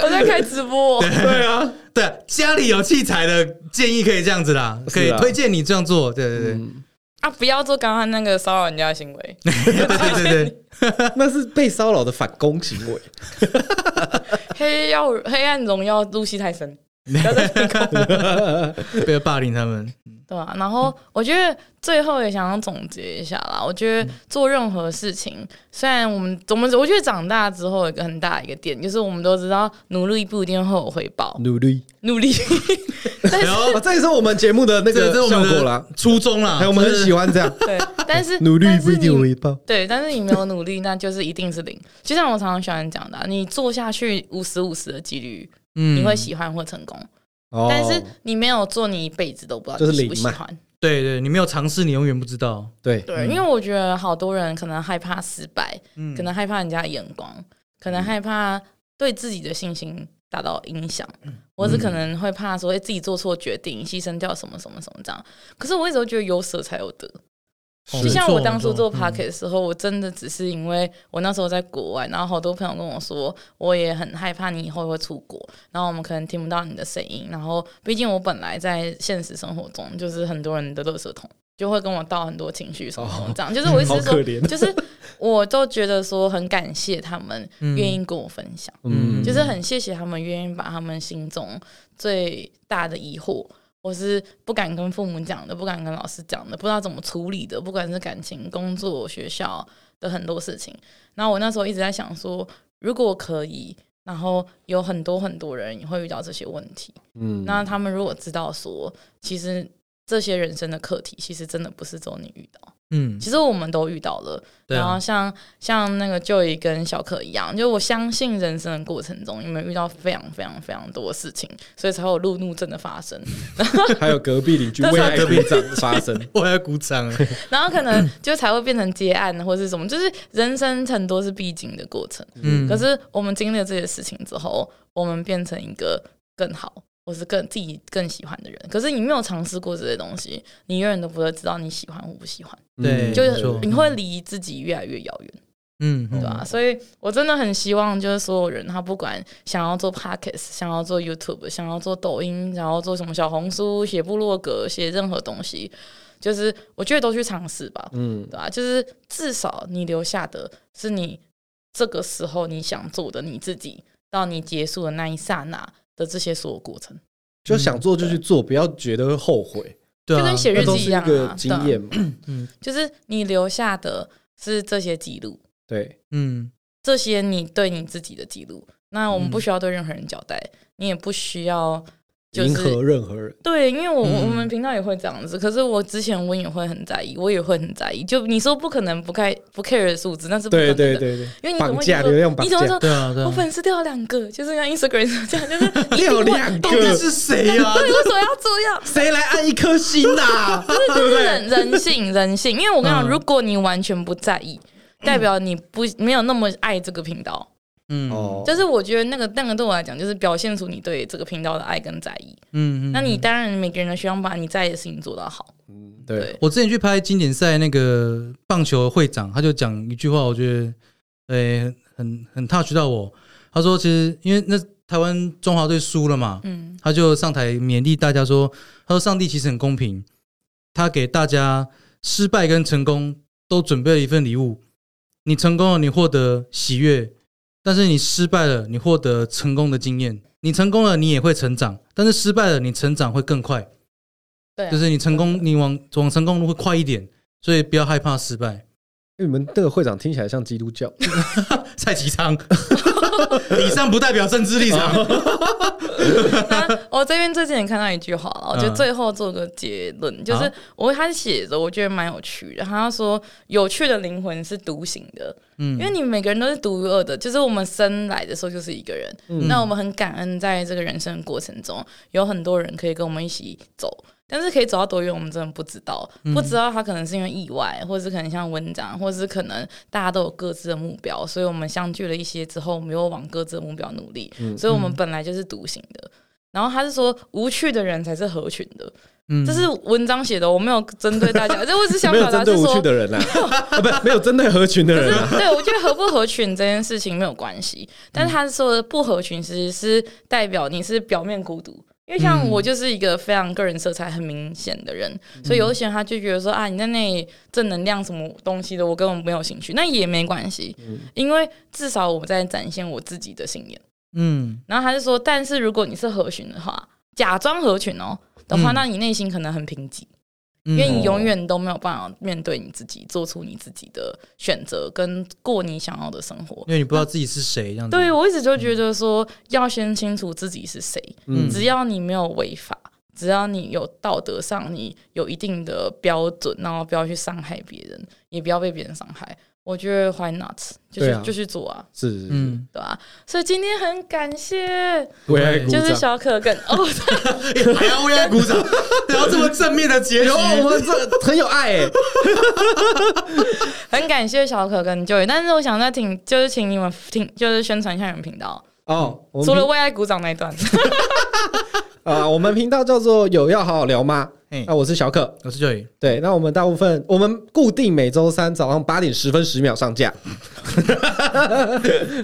D: 我在开直播，
B: 对啊，
C: 对，家里有器材的建议可以这样子啦，可以
B: 是啊
C: 推荐你这样做。对对对，
D: 啊，不要做刚刚那个骚扰人家的行为。
C: 对对对对，
B: 那是被骚扰的反攻行为。
D: 黑曜黑暗荣耀露西泰森，
B: 嗯
C: 不要霸凌他 们。
D: 对吧、然后我觉得最后也想要总结一下啦，我觉
B: 嗯
D: 得做任何事情，虽然我们我们我觉得长大之后有一个很大一个点，就是我们都知道努力不一定会有回报，
B: 努 力，
D: 努力
C: 然后
B: 哦这也是我们节目的那
C: 这
B: 个
C: 这是我
B: 效
C: 们
B: 果啦
C: 的。啊初衷啦，
B: 还有我们很喜欢这样，
D: 对， 但是
B: 努力
D: 但是
B: 不一定有
D: 你
B: 回报。
D: 对，但是你没有努力，那就是一定是零。就像我常常喜欢讲的啊、你做下去五十五十的几率，
C: 嗯
D: 你会喜欢或成功。
B: 哦
D: 但是你没有做，你一辈子都不知道
B: 就是
D: 你喜不
B: 零
D: 喜
B: 嘛嗯
D: 欢。
C: 对对，你没有尝试，你永远不知道。
B: 对，
D: 对，因为我觉得好多人可能害怕失败，
C: 嗯
D: 可能害怕人家的眼光，可能害怕对自己的信心达到影响，
C: 嗯
D: 或是可能会怕说，哎、自己做错决定，牺牲掉什么什么什么这样。可是我一直都觉得有舍才有得，
C: 哦
D: 就像
C: 没错
D: 我当初
C: 没错
D: 做
C: 嗯
D: p o c k e t 的时候，我真的只是因为我那时候在国外，然后好多朋友跟我说，我也很害怕你以后会出国，然后我们可能听不到你的声音，然后毕竟我本来在现实生活中就是很多人的垃圾桶，就会跟我倒很多情绪什么
C: 哦
D: 什么这样，就是我一直
B: 好可
D: 说，
B: 怜。
D: 就是我都觉得说很感谢他们
C: 嗯
D: 愿意跟我分享。
B: 嗯，
D: 就是很谢谢他们愿意把他们心中最大的疑惑，或是不敢跟父母讲的、不敢跟老师讲的、不知道怎么处理的，不管是感情、工作、学校的很多事情。然后我那时候一直在想说，如果可以，然后有很多很多人也会遇到这些问题，
B: 嗯
D: 那他们如果知道说，其实这些人生的课题，其实真的不是只有你遇到。
C: 嗯，
D: 其实我们都遇到了，
C: 对
D: 然后
C: 啊，
D: 像像那个 Joy 跟小可一样，就我相信人生的过程中，你们遇到非常非常非常多的事情，所以才会有路怒症的 发生。
B: 还有隔壁 邻居
D: 但是
B: 为爱鼓掌发声，
C: 我还要鼓掌啊。
D: 然后可能就才会变成接案或是什么，就是人生很多是必经的过程。
C: 嗯，
D: 可是我们经历了这些事情之后，我们变成一个更好，或是更自己更喜欢的人。可是你没有尝试过这些东西，你永远都不会知道你喜欢或不喜欢，
C: 对
B: 嗯
D: 就
C: 没
D: 是
C: 错
D: 你会离自己越来越遥远。
C: 嗯，
D: 对啊，所以我真的很希望，就是所有人他不管想要做 podcast，想要做 YouTube，想要做抖音，想要做什么小红书、写部落格、写任何东西，就是我觉得都去尝试吧，
B: 嗯
D: 对吧、啊就是至少你留下的是你这个时候你想做的你自己，到你结束的那一刹那的这些所有过程，
B: 就想做就去做，不要觉得会后悔，
C: 对啊，
D: 就跟写
B: 那
D: 日
B: 都
D: 记
B: 是
D: 一
B: 一
D: 样
B: 个
D: 啊，对
B: 经
D: 啊，
B: 验嘛。
D: 就是你留下的是这些记录，
B: 对，
C: 嗯，
D: 这些你对你自己的记录。那我们不需要对任何人交代，你也不需要就
B: 迎
D: 是
B: 合任何 人，
D: 对，因为我、
C: 嗯
D: 我们频道也会这样子。可是我之前我也会很在意，我也会很在意。就你说不可能不 care 不 care 的数字，那是不可能
B: 对
D: 的
B: 对，对对，
D: 因为你
B: 绑
D: 总会
B: 架
D: 觉得
B: 流量
D: 你
B: 绑
D: 总会
B: 架，
D: 说
C: 对啊，对
D: 我
C: 啊。
D: 粉丝掉两个，就是像 Instagram 这样，就是一定
B: 掉
D: 会哎
B: 两
C: 到底
B: 个，
C: 是谁啊呀？
D: 对，为什么要这样？
B: 谁来按一颗啊心呐？对不
D: 就是
B: 对？
D: 人人性，人性。因为我跟你讲，
C: 嗯
D: 如果你完全不在意，代表你不没有那么爱这个频道。
C: 嗯，
B: 哦，
D: 就是我觉得那个那个对我来讲，就是表现出你对这个频道的爱跟在意。
C: 嗯，嗯
D: 那你
C: 嗯
D: 当然每个人都希望把你在意的事情做到好，
B: 嗯
D: 对
B: 对，
C: 我之前去拍经典赛，那个棒球会长他就讲一句话，我觉得，诶、很很 touch 到我。他说，其实因为那台湾中华队输了嘛，
D: 嗯，
C: 他就上台勉励大家说：“他说上帝其实很公平，他给大家失败跟成功都准备了一份礼物。你成功了，你获得喜悦；但是你失败了，你获得成功的经验。你成功了，你也会成长；但是失败了，你成长会更快。
D: 对啊，
C: 就是你成功，
D: 真的
C: 你往往成功路会快一点。”所以不要害怕失 败，
B: 因为你们那个会长听起来像基督教，
C: 蔡其昌，以上不代表政治立场。
D: 那我这边最近也看到一句话了，我觉得
C: 嗯啊
D: 最后做个结论，就
C: 好
D: 是我他写着，我觉得蛮有趣的。他说，有趣的灵魂是独行的，
C: 嗯
D: 因为你每个人都是独一无二的，就是我们生来的时候就是一个人。
B: 嗯
D: 那我们很感恩，在这个人生的过程中，有很多人可以跟我们一起走。但是可以走到多远，我们真的不知道。
B: 嗯
D: 不知道他可能是因为意外，或是可能像文章，或是可能大家都有各自的目标，
B: 嗯
D: 所以我们相聚了一些之后，我们又往各自的目标努力。所以我们本来就是独行的。然后他是说无趣的人才是合群的，
C: 嗯
D: 这是文章写的，我没有针对大 家，这我只 想
B: 没有
D: 表达
B: 针对
D: 是
B: 无趣
D: 说，
B: 的 人啦，啊，不，没有针对合群的人啊啦。
D: 对我觉得合不合群这件事情没有关系，但是他说的不合群其实是代表你是表面孤独。因为像我就是一个非常个人色彩很明显的人，所以有一些人他就觉得说啊，你在那里正能量什么东西的，我根本没有兴趣，那也没关系，因为至少我在展现我自己的信念。
C: 嗯，
D: 然后他就说，但是如果你是合群的话，假装合群哦的话，
C: 嗯
D: 那你内心可能很贫瘠，
B: 嗯
C: 因
D: 因为你永远都没有办法面对你自己，做出你自己的选择跟过你想要的生活。
B: 嗯
C: 因为你不知道自己是谁，这样子。
D: 对我一直就觉得说，要先清楚自己是谁，
B: 嗯
D: 只要你没有违法。只要你有道德上你有一定的标准，然后不要去伤害别人，也不要被别人伤害，我觉得 why not 就去、
B: 对啊
D: 就去做啊，
B: 是，是是
C: 嗯，
D: 对吧、啊所以今天很感谢
B: 为爱鼓
D: 就
B: 掌。
D: 是小可跟哦，
C: 还要为他鼓 掌，然后这么正面的结局
B: 有，哎我们这很有爱欸，
D: 很感谢小可跟 Joy，但是我想再请，就是请你们听，就是宣传一下你们频道，
B: 哦，我们
D: 除了
B: 频
D: 为爱鼓掌那一段，
B: 啊，我们频道叫做有要好好聊吗？啊
C: 嘿
B: 那我是小可，
C: 我是 Joy，
B: 对，那我们大部分我们固定每周三早上八点十分十秒上 架，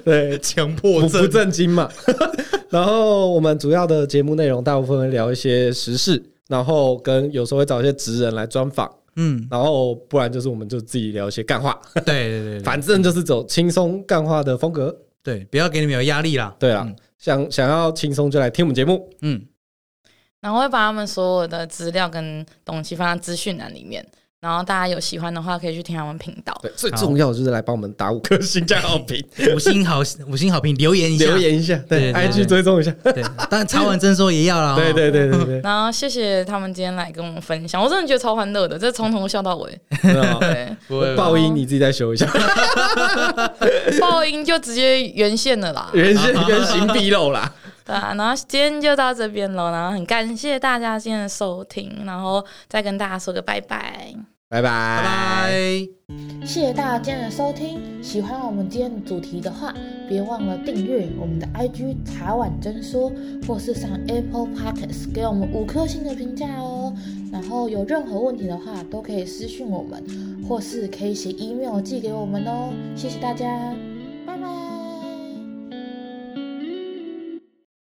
B: 对，
C: 强
B: 我不
C: 迫
B: 不正经嘛。 然后我们主要的节目内容大部分会聊一些时事，然后跟有时候会找一些职人来专访，
C: 嗯，
B: 然后不然就是我们就自己聊一些干话，
C: 对对对对
B: 反正就是走轻松干话的风格。
C: 对，不要给你们有压力啦。
B: 对啊，
C: 嗯
B: 想想要轻松就来听我们节目，
C: 嗯，
D: 然后会把他们所有的资料跟东西放在资讯栏里面，然后大家有喜欢的话可以去听他们频道。
B: 对，最
C: 好
B: 重要的就是来帮我们打五颗星加好评，
C: 嗯五星好五星好评留言一下，
B: 留言一下，对
C: 对对
B: ，IG
C: 对哦
B: 追踪一下，
C: 对，当然查完征收也要 啦。
B: 对对对对对。
D: 然后谢谢他们今天来跟我们分享，我真的觉得超欢乐的，这从头笑到 尾。
B: 真的哦
D: 对，
C: 对
B: 爆音你自己再修一 下，
D: 爆音就直接原线了 啦。
B: 原先原形毕露啦。
D: 对啊，然后今天就到这边了，然后很感谢大家今天的收听，然后再跟大家说个拜拜。
B: 拜拜
C: 拜拜。
A: 谢谢大家今天的收听。喜欢我们今天的主题的话，别忘了订阅我们的 IG 茶碗真说，或是上 Apple Podcast 给我们五颗星的评价哦。然后有任何问题的话，都可以私讯我们，或是可以写 email 寄给我们哦。谢谢大家。